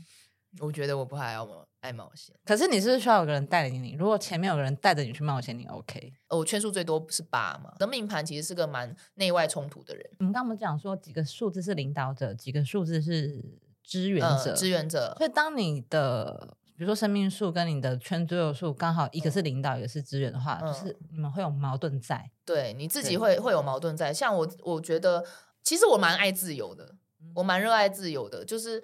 [SPEAKER 1] 我觉得我不太爱冒爱冒险，
[SPEAKER 2] 可是你是不是需要有个人带领你？如果前面有个人带着你去冒险，你 OK。
[SPEAKER 1] 呃我圈数最多不是八嘛，我的命盘其实是个蛮内外冲突的人。
[SPEAKER 2] 我们刚刚我们讲说几个数字是领导者，几个数字是支援者，
[SPEAKER 1] 呃，支援者
[SPEAKER 2] 所以当你的比如说生命数跟你的圈左右数刚好一个是领导，一个是支援的话，
[SPEAKER 1] 嗯
[SPEAKER 2] 就是你们会有矛盾在。
[SPEAKER 1] 对你自己
[SPEAKER 2] 对
[SPEAKER 1] 会会有矛盾在。像我，我觉得其实我蛮爱自由的，我蛮热爱自由的，就是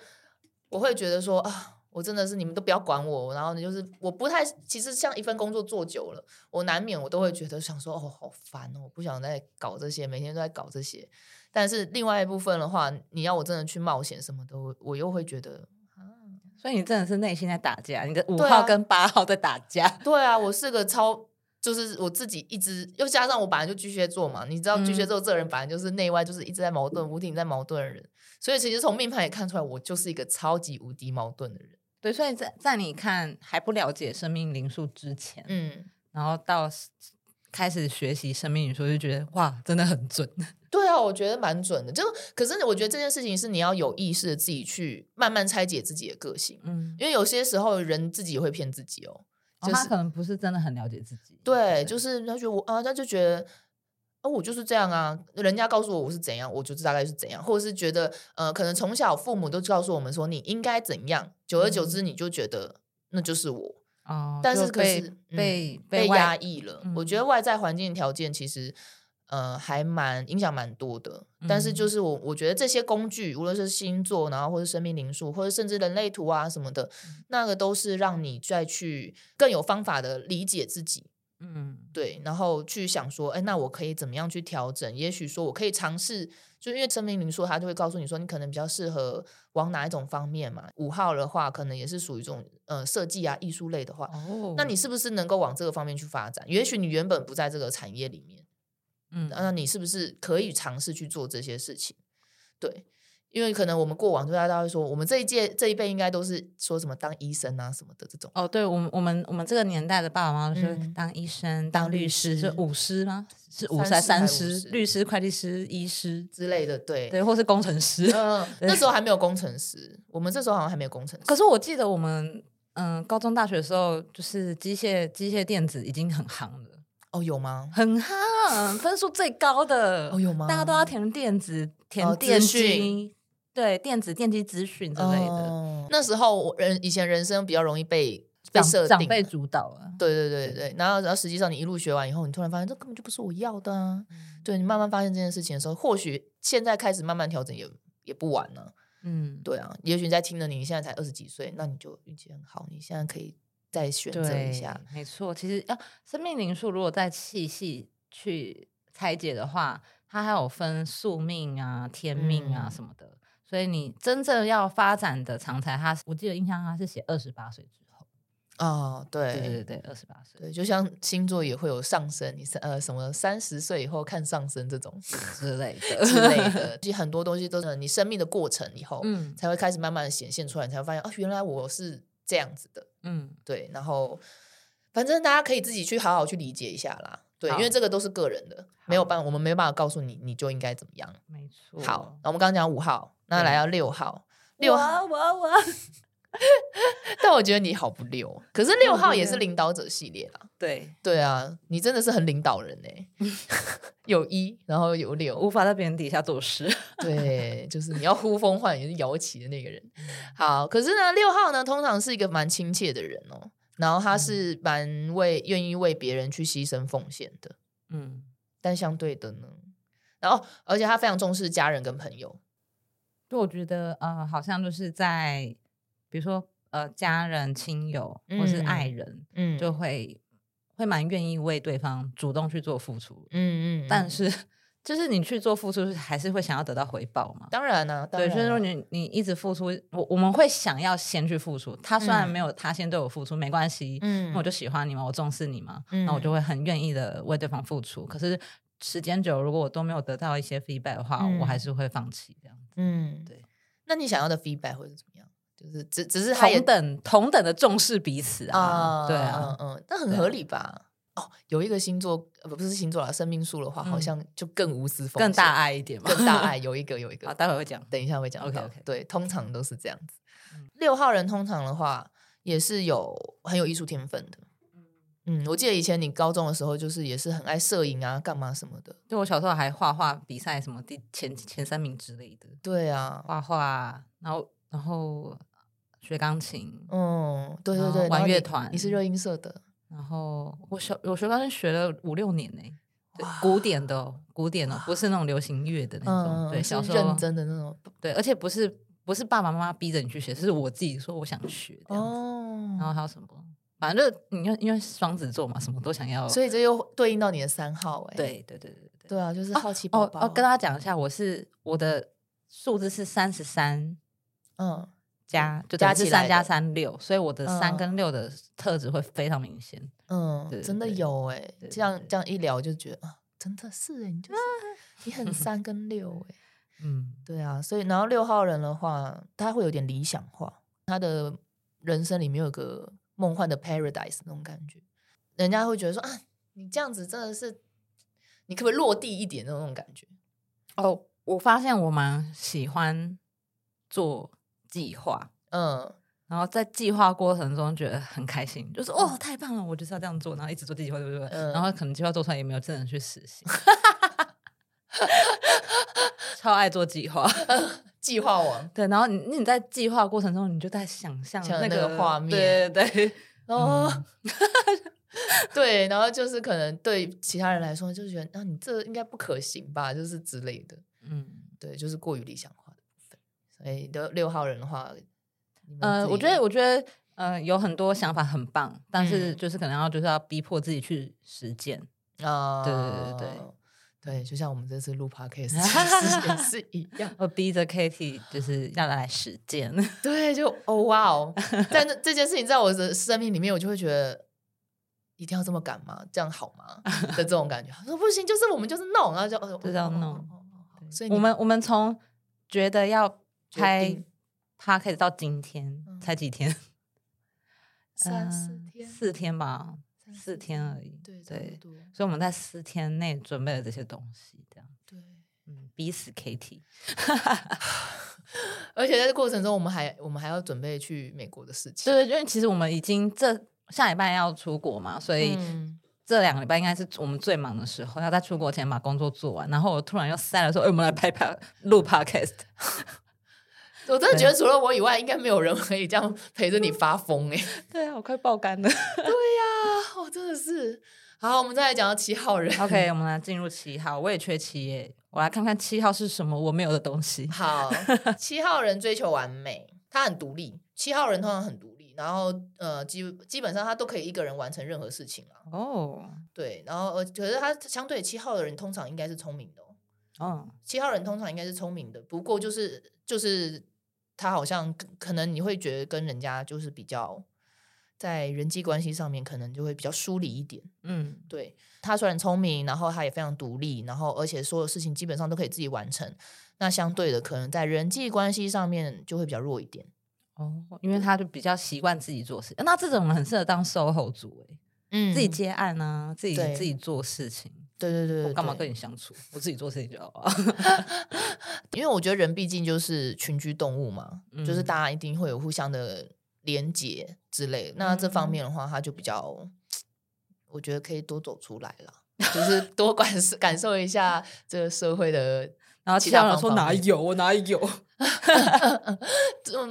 [SPEAKER 1] 我会觉得说啊。我真的是你们都不要管我，然后呢，就是我不太，其实像一份工作做久了，我难免我都会觉得想说，哦，好烦哦，我不想再搞这些，每天都在搞这些。但是另外一部分的话，你要我真的去冒险什么的，我我又会觉得，
[SPEAKER 2] 所以你真的是内心在打架，你的五
[SPEAKER 1] 对
[SPEAKER 2] 号
[SPEAKER 1] 啊
[SPEAKER 2] 跟八号在打架。
[SPEAKER 1] 对啊，我是个超，就是我自己一直，又加上我本来就巨蟹座嘛，你知道巨蟹
[SPEAKER 2] 嗯
[SPEAKER 1] 座这个人本来就是内外就是一直在矛盾，无敌在矛盾的人，所以其实从命盘也看出来，我就是一个超级无敌矛盾的人。
[SPEAKER 2] 对，所以在在你看还不了解生命灵数之前，
[SPEAKER 1] 嗯，
[SPEAKER 2] 然后到 s- 开始学习生命灵数，就觉得哇，真的很准。
[SPEAKER 1] 对啊，我觉得蛮准的。就可是我觉得这件事情是你要有意识的自己去慢慢拆解自己的个性，
[SPEAKER 2] 嗯，
[SPEAKER 1] 因为有些时候人自己也会骗自己哦。
[SPEAKER 2] 哦
[SPEAKER 1] 就
[SPEAKER 2] 他
[SPEAKER 1] 是
[SPEAKER 2] 可能不是真的很了解自己。
[SPEAKER 1] 对，就是是他觉得我啊，他就觉得啊，我就是这样啊，人家告诉我我是怎样，我就大概是怎样，或者是觉得呃，可能从小父母都告诉我们说你应该怎样，久而久之你就觉得那就是我，
[SPEAKER 2] 哦，
[SPEAKER 1] 但
[SPEAKER 2] 就是
[SPEAKER 1] 可
[SPEAKER 2] 被
[SPEAKER 1] 是嗯
[SPEAKER 2] 被
[SPEAKER 1] 被
[SPEAKER 2] 外
[SPEAKER 1] 压抑了。我觉
[SPEAKER 2] 嗯
[SPEAKER 1] 得外在环境条件其实。呃，还蛮影响蛮多的，但是就是我我觉得这些工具，无论是星座，然后或者生命灵数，或者甚至人类图啊什么的，那个都是让你再去更有方法的理解自己，
[SPEAKER 2] 嗯，
[SPEAKER 1] 对，然后去想说，哎，那我可以怎么样去调整？也许说我可以尝试，就因为生命灵数它就会告诉你说，你可能比较适合往哪一种方面嘛。五号的话，可能也是属于这种呃设计啊、艺术类的话，
[SPEAKER 2] 哦，
[SPEAKER 1] 那你是不是能够往这个方面去发展？也许你原本不在这个产业里面，
[SPEAKER 2] 嗯
[SPEAKER 1] 那你是不是可以尝试去做这些事情？对。因为可能我们过往就大家会说，我们这一届这一辈应该都是说什么当医生啊什么的这种，
[SPEAKER 2] 哦，对我们我们我们这个年代的爸爸妈妈就是
[SPEAKER 1] 嗯
[SPEAKER 2] 当医生、当律师，是
[SPEAKER 1] 律师
[SPEAKER 2] 五师吗？是五
[SPEAKER 1] 三
[SPEAKER 2] 师、
[SPEAKER 1] 师还
[SPEAKER 2] 三
[SPEAKER 1] 是五
[SPEAKER 2] 师、
[SPEAKER 1] 师
[SPEAKER 2] 律师、会计师、医师，
[SPEAKER 1] 之类的，对，
[SPEAKER 2] 对，或是工程师。
[SPEAKER 1] 嗯，
[SPEAKER 2] 对
[SPEAKER 1] 那时候还没有工程师，我们这时候好像还没有工程师。
[SPEAKER 2] 可是我记得我们嗯、高中大学的时候，就是机械机械电子已经很夯了，
[SPEAKER 1] 哦，有吗？
[SPEAKER 2] 很夯，分数最高的
[SPEAKER 1] 哦，有吗？
[SPEAKER 2] 大家都要填电子、填
[SPEAKER 1] 哦
[SPEAKER 2] 电
[SPEAKER 1] 资
[SPEAKER 2] 机
[SPEAKER 1] 讯，
[SPEAKER 2] 对，电子电机资讯之类的，
[SPEAKER 1] 哦那时候我人以前人生比较容易被被设
[SPEAKER 2] 长
[SPEAKER 1] 定
[SPEAKER 2] 长辈
[SPEAKER 1] 了
[SPEAKER 2] 主导啊。
[SPEAKER 1] 对对对对，然后然后实际上你一路学完以后，你突然发现这根本就不是我要的啊！
[SPEAKER 2] 嗯
[SPEAKER 1] 对你慢慢发现这件事情的时候，或许现在开始慢慢调整也也不晚呢、
[SPEAKER 2] 嗯，
[SPEAKER 1] 对啊，也许你在听的你，你现在才二十几岁，那你就运气很好，你现在可以再选择一下。
[SPEAKER 2] 没错，其实啊，生命灵数如果再细细去拆解的话，它还有分宿命啊、天命啊
[SPEAKER 1] 嗯
[SPEAKER 2] 什么的。所以你真正要发展的常才，它我记得印象它是写二十八岁之后。
[SPEAKER 1] 哦，
[SPEAKER 2] 对对对，二十八岁
[SPEAKER 1] 对，就像星座也会有上升，你三呃什么三十岁以后看上升这 种
[SPEAKER 2] 之类
[SPEAKER 1] 之类
[SPEAKER 2] 的。
[SPEAKER 1] 的，其实很多东西都是你生命的过程以后，
[SPEAKER 2] 嗯
[SPEAKER 1] 才会开始慢慢的显现出来，你才会发现啊，原来我是这样子的。
[SPEAKER 2] 嗯，
[SPEAKER 1] 对，然后反正大家可以自己去好好去理解一下啦。对，因
[SPEAKER 2] 好
[SPEAKER 1] 为这个都是个人的，没有办法，我们没办法告诉你你就应该怎么样。
[SPEAKER 2] 没错。
[SPEAKER 1] 好，那我们刚刚讲五号，那
[SPEAKER 2] 对
[SPEAKER 1] 来到六号，
[SPEAKER 2] 我
[SPEAKER 1] 六号，
[SPEAKER 2] 啊，我啊 我啊，
[SPEAKER 1] 但我觉得你好不六，可是六
[SPEAKER 2] 我不
[SPEAKER 1] 号也是
[SPEAKER 2] 六
[SPEAKER 1] 领导者系列啦。
[SPEAKER 2] 对，
[SPEAKER 1] 对啊，你真的是很领导人哎、 有一，然后有
[SPEAKER 2] 我
[SPEAKER 1] 六，
[SPEAKER 2] 无法在别人底下做事。
[SPEAKER 1] 对，就是你要呼风唤雨、是摇旗的那个人。
[SPEAKER 2] 嗯
[SPEAKER 1] 好，可是呢，六号呢，通常是一个蛮亲切的人哦，然后他
[SPEAKER 2] 嗯
[SPEAKER 1] 是蛮为愿意为别人去牺牲奉献的，
[SPEAKER 2] 嗯，
[SPEAKER 1] 但相对的呢，然后而且他非常重视家人跟朋友，
[SPEAKER 2] 就我觉得呃，好像就是在比如说呃家人、亲友或是爱
[SPEAKER 1] 嗯
[SPEAKER 2] 人，
[SPEAKER 1] 嗯
[SPEAKER 2] 就会会蛮愿意为对方主动去做付出。
[SPEAKER 1] 嗯嗯，
[SPEAKER 2] 但
[SPEAKER 1] 嗯
[SPEAKER 2] 是，就是你去做付出，还是会想要得到回报嘛？
[SPEAKER 1] 当然呢、当
[SPEAKER 2] 对，
[SPEAKER 1] 然
[SPEAKER 2] 所以说
[SPEAKER 1] 啊
[SPEAKER 2] 你你一直付出，我我们会想要先去付出。他虽然
[SPEAKER 1] 嗯
[SPEAKER 2] 没有他先对我付出，没关系，
[SPEAKER 1] 嗯，
[SPEAKER 2] 那我就喜欢你嘛，我重视你嘛，
[SPEAKER 1] 嗯
[SPEAKER 2] 那我就会很愿意的为对方付出。可是时间久了，如果我都没有得到一些 feedback 的话，我还
[SPEAKER 1] 嗯
[SPEAKER 2] 是会放弃这样子。
[SPEAKER 1] 嗯
[SPEAKER 2] 对。
[SPEAKER 1] 那你想要的 feedback 会是怎么样？就是只只是他也
[SPEAKER 2] 同等同等的重视彼此啊，对啊，
[SPEAKER 1] 嗯嗯，那很
[SPEAKER 2] 对啊
[SPEAKER 1] 合理吧？哦，有一个星座呃不不是星座啦，生命数的话，好
[SPEAKER 2] 嗯
[SPEAKER 1] 像就更无私奉
[SPEAKER 2] 更大
[SPEAKER 1] 献
[SPEAKER 2] 爱一点嘛，
[SPEAKER 1] 更 大爱，有一个有一
[SPEAKER 2] 好，
[SPEAKER 1] 个，
[SPEAKER 2] 待会会讲。
[SPEAKER 1] 等一下会讲到。
[SPEAKER 2] OK，OK
[SPEAKER 1] 对，通常都是这样子
[SPEAKER 2] 嗯。
[SPEAKER 1] 六号人通常的话也是有很有艺术天分的。嗯，我记得以前你高中的时候，就是也是很爱摄影啊，干嘛什么的。
[SPEAKER 2] 就我小时候还画画比赛什么第前前三名之类的，
[SPEAKER 1] 对啊，
[SPEAKER 2] 画画，然后然后学钢琴，
[SPEAKER 1] 嗯，对
[SPEAKER 2] 然
[SPEAKER 1] 对
[SPEAKER 2] 后
[SPEAKER 1] 对，
[SPEAKER 2] 啊玩
[SPEAKER 1] 然后你
[SPEAKER 2] 乐团
[SPEAKER 1] 你是热音社的，
[SPEAKER 2] 然后我小我学钢琴学了五六年呢、对
[SPEAKER 1] 哇
[SPEAKER 2] 古典的、哦，古典的、哦，不是那种流行乐的那种。
[SPEAKER 1] 嗯，
[SPEAKER 2] 对，
[SPEAKER 1] 是
[SPEAKER 2] 小时候
[SPEAKER 1] 认真的那种。
[SPEAKER 2] 对，而且不是不是爸爸妈妈逼着你去学，是我自己说我想学这样子。然后
[SPEAKER 1] 哦，
[SPEAKER 2] 还有什么？反正就你因为因为双子座嘛，什么都想要。
[SPEAKER 1] 所以这又对应到你的三号哎、
[SPEAKER 2] 对对对对对。
[SPEAKER 1] 对啊，就是
[SPEAKER 2] 哦
[SPEAKER 1] 好奇宝
[SPEAKER 2] 哦
[SPEAKER 1] 宝。
[SPEAKER 2] 哦，跟大家讲一下，我是我的数字是三十三
[SPEAKER 1] 嗯
[SPEAKER 2] 加，就
[SPEAKER 1] 加
[SPEAKER 2] 等于是
[SPEAKER 1] 起来
[SPEAKER 2] 三加
[SPEAKER 1] 的
[SPEAKER 2] 三六，所以我的三
[SPEAKER 1] 嗯
[SPEAKER 2] 跟六的特质会非常明显。对
[SPEAKER 1] 嗯，
[SPEAKER 2] 对
[SPEAKER 1] 真的
[SPEAKER 2] 对
[SPEAKER 1] 有哎、
[SPEAKER 2] 对
[SPEAKER 1] 这样
[SPEAKER 2] 对
[SPEAKER 1] 这样一聊就觉得啊，真的是哎、你就是你 很三跟六哎、
[SPEAKER 2] 嗯，
[SPEAKER 1] 对啊，所以然后六号人的话，他会有点理想化，他的人生里面有个梦幻的 paradise 那种感觉，人家会觉得说啊，你这样子真的是，你可不可以落地一点的那种感觉？
[SPEAKER 2] 哦，我发现我蛮喜欢做计划，
[SPEAKER 1] 嗯，
[SPEAKER 2] 然后在计划过程中觉得很开心，就是哦
[SPEAKER 1] 嗯
[SPEAKER 2] 太棒了，我就是要这样做，然后一直做计划，对不对？
[SPEAKER 1] 嗯
[SPEAKER 2] 然后可能计划做出来也没有真的去实 行，超爱做计划。
[SPEAKER 1] 计划王
[SPEAKER 2] 对，然后你你在计划过程中，你就在想象
[SPEAKER 1] 想
[SPEAKER 2] 那
[SPEAKER 1] 那个画
[SPEAKER 2] 对
[SPEAKER 1] 面
[SPEAKER 2] 对对，
[SPEAKER 1] 哦。对，然后就是可能对其他人来说，就觉得啊，你这应该不可行吧，就是之类的。
[SPEAKER 2] 嗯。
[SPEAKER 1] 对，就是过于理想化的部分。所以六六号人的话，你们
[SPEAKER 2] 呃，
[SPEAKER 1] 自
[SPEAKER 2] 我
[SPEAKER 1] 己
[SPEAKER 2] 觉得，我觉得，呃，有很多想法很棒，但是
[SPEAKER 1] 嗯
[SPEAKER 2] 就是可能要就是要逼迫自己去实践。
[SPEAKER 1] 啊，
[SPEAKER 2] 对对对
[SPEAKER 1] 对，就像我们这次 录 podcast 其实也是一样。
[SPEAKER 2] 我呃逼着 Kitty 就是要来实践。
[SPEAKER 1] 对，就哦哇 哦，但这这件事情在我的生命里面，我就会觉得一定要这么赶吗？这样好吗？的这种感觉。他说不行，就是我们就是弄，然后就哦
[SPEAKER 2] 就是要
[SPEAKER 1] 哦哦
[SPEAKER 2] 弄
[SPEAKER 1] 哦哦哦哦所以
[SPEAKER 2] 我
[SPEAKER 1] 你
[SPEAKER 2] 们我们从觉得要
[SPEAKER 1] 决
[SPEAKER 2] 拍
[SPEAKER 1] 定
[SPEAKER 2] p o d c a s 到今天、
[SPEAKER 1] 嗯
[SPEAKER 2] 才几 天，
[SPEAKER 1] 三四
[SPEAKER 2] 嗯
[SPEAKER 1] 天，
[SPEAKER 2] 四天吧，
[SPEAKER 1] 三
[SPEAKER 2] 四天而已
[SPEAKER 1] 对
[SPEAKER 2] 对
[SPEAKER 1] 对多
[SPEAKER 2] 所以我们在四天内准备了这些东西，这样，
[SPEAKER 1] 对。
[SPEAKER 2] 嗯，逼死 Kitty。
[SPEAKER 1] 而且在这过程中，我们还我们还要准备去美国的事情。
[SPEAKER 2] 对，因为其实我们已经这下礼拜要出国嘛，所以
[SPEAKER 1] 嗯
[SPEAKER 2] 这两个礼拜应该是我们最忙的时候，要在出国前把工作做完。然后我突然又塞了说，哎、我们来拍拍录 podcast。
[SPEAKER 1] 我真的觉得除了我以外，应该没有人可以这样陪着你发疯哎、
[SPEAKER 2] 对啊，我快爆肝了。
[SPEAKER 1] 啊，我真的是。好，我们再来讲到七号 人。
[SPEAKER 2] OK，我们来进入七号，我也缺七耶，我来看看七号是什么我没有的东西。
[SPEAKER 1] 好，七号人追求完美，他很独立。七号人通常很独立，然后呃，基基本上他都可以一个人完成任何事情啊。
[SPEAKER 2] 哦，
[SPEAKER 1] 对，然后呃，可是他相对七号的人通常应该是聪明的、哦，
[SPEAKER 2] 哦，
[SPEAKER 1] 七号人通常应该是聪明的，不过就是就是他好像可可能你会觉得跟人家就是比较在人际关系上面可能就会比较疏离一点。
[SPEAKER 2] 嗯，
[SPEAKER 1] 对他虽然聪明，然后他也非常独立，然后而且所有事情基本上都可以自己完成。那相对的，可能在人际关系上面就会比较弱一点。
[SPEAKER 2] 哦，因为他就比较习惯自己做事，那这种人很适合当售后组哎、
[SPEAKER 1] 嗯
[SPEAKER 2] 自己接案啊，自己
[SPEAKER 1] 对
[SPEAKER 2] 自己做事情。
[SPEAKER 1] 对对对
[SPEAKER 2] 我
[SPEAKER 1] 对，
[SPEAKER 2] 干嘛
[SPEAKER 1] 对
[SPEAKER 2] 跟你相处？我自己做事情就好啊 了。
[SPEAKER 1] 因为我觉得人毕竟就是群居动物嘛，就是
[SPEAKER 2] 嗯
[SPEAKER 1] 大家一定会有互相的连结之类的。那这方
[SPEAKER 2] 嗯
[SPEAKER 1] 面的话，他就比较，我觉得可以多走出来啦，就是多感受感受一下这个社会的
[SPEAKER 2] 然后
[SPEAKER 1] 其
[SPEAKER 2] 其
[SPEAKER 1] 他
[SPEAKER 2] 他人
[SPEAKER 1] 方
[SPEAKER 2] 说
[SPEAKER 1] 方
[SPEAKER 2] 哪
[SPEAKER 1] 面
[SPEAKER 2] 有我哪有？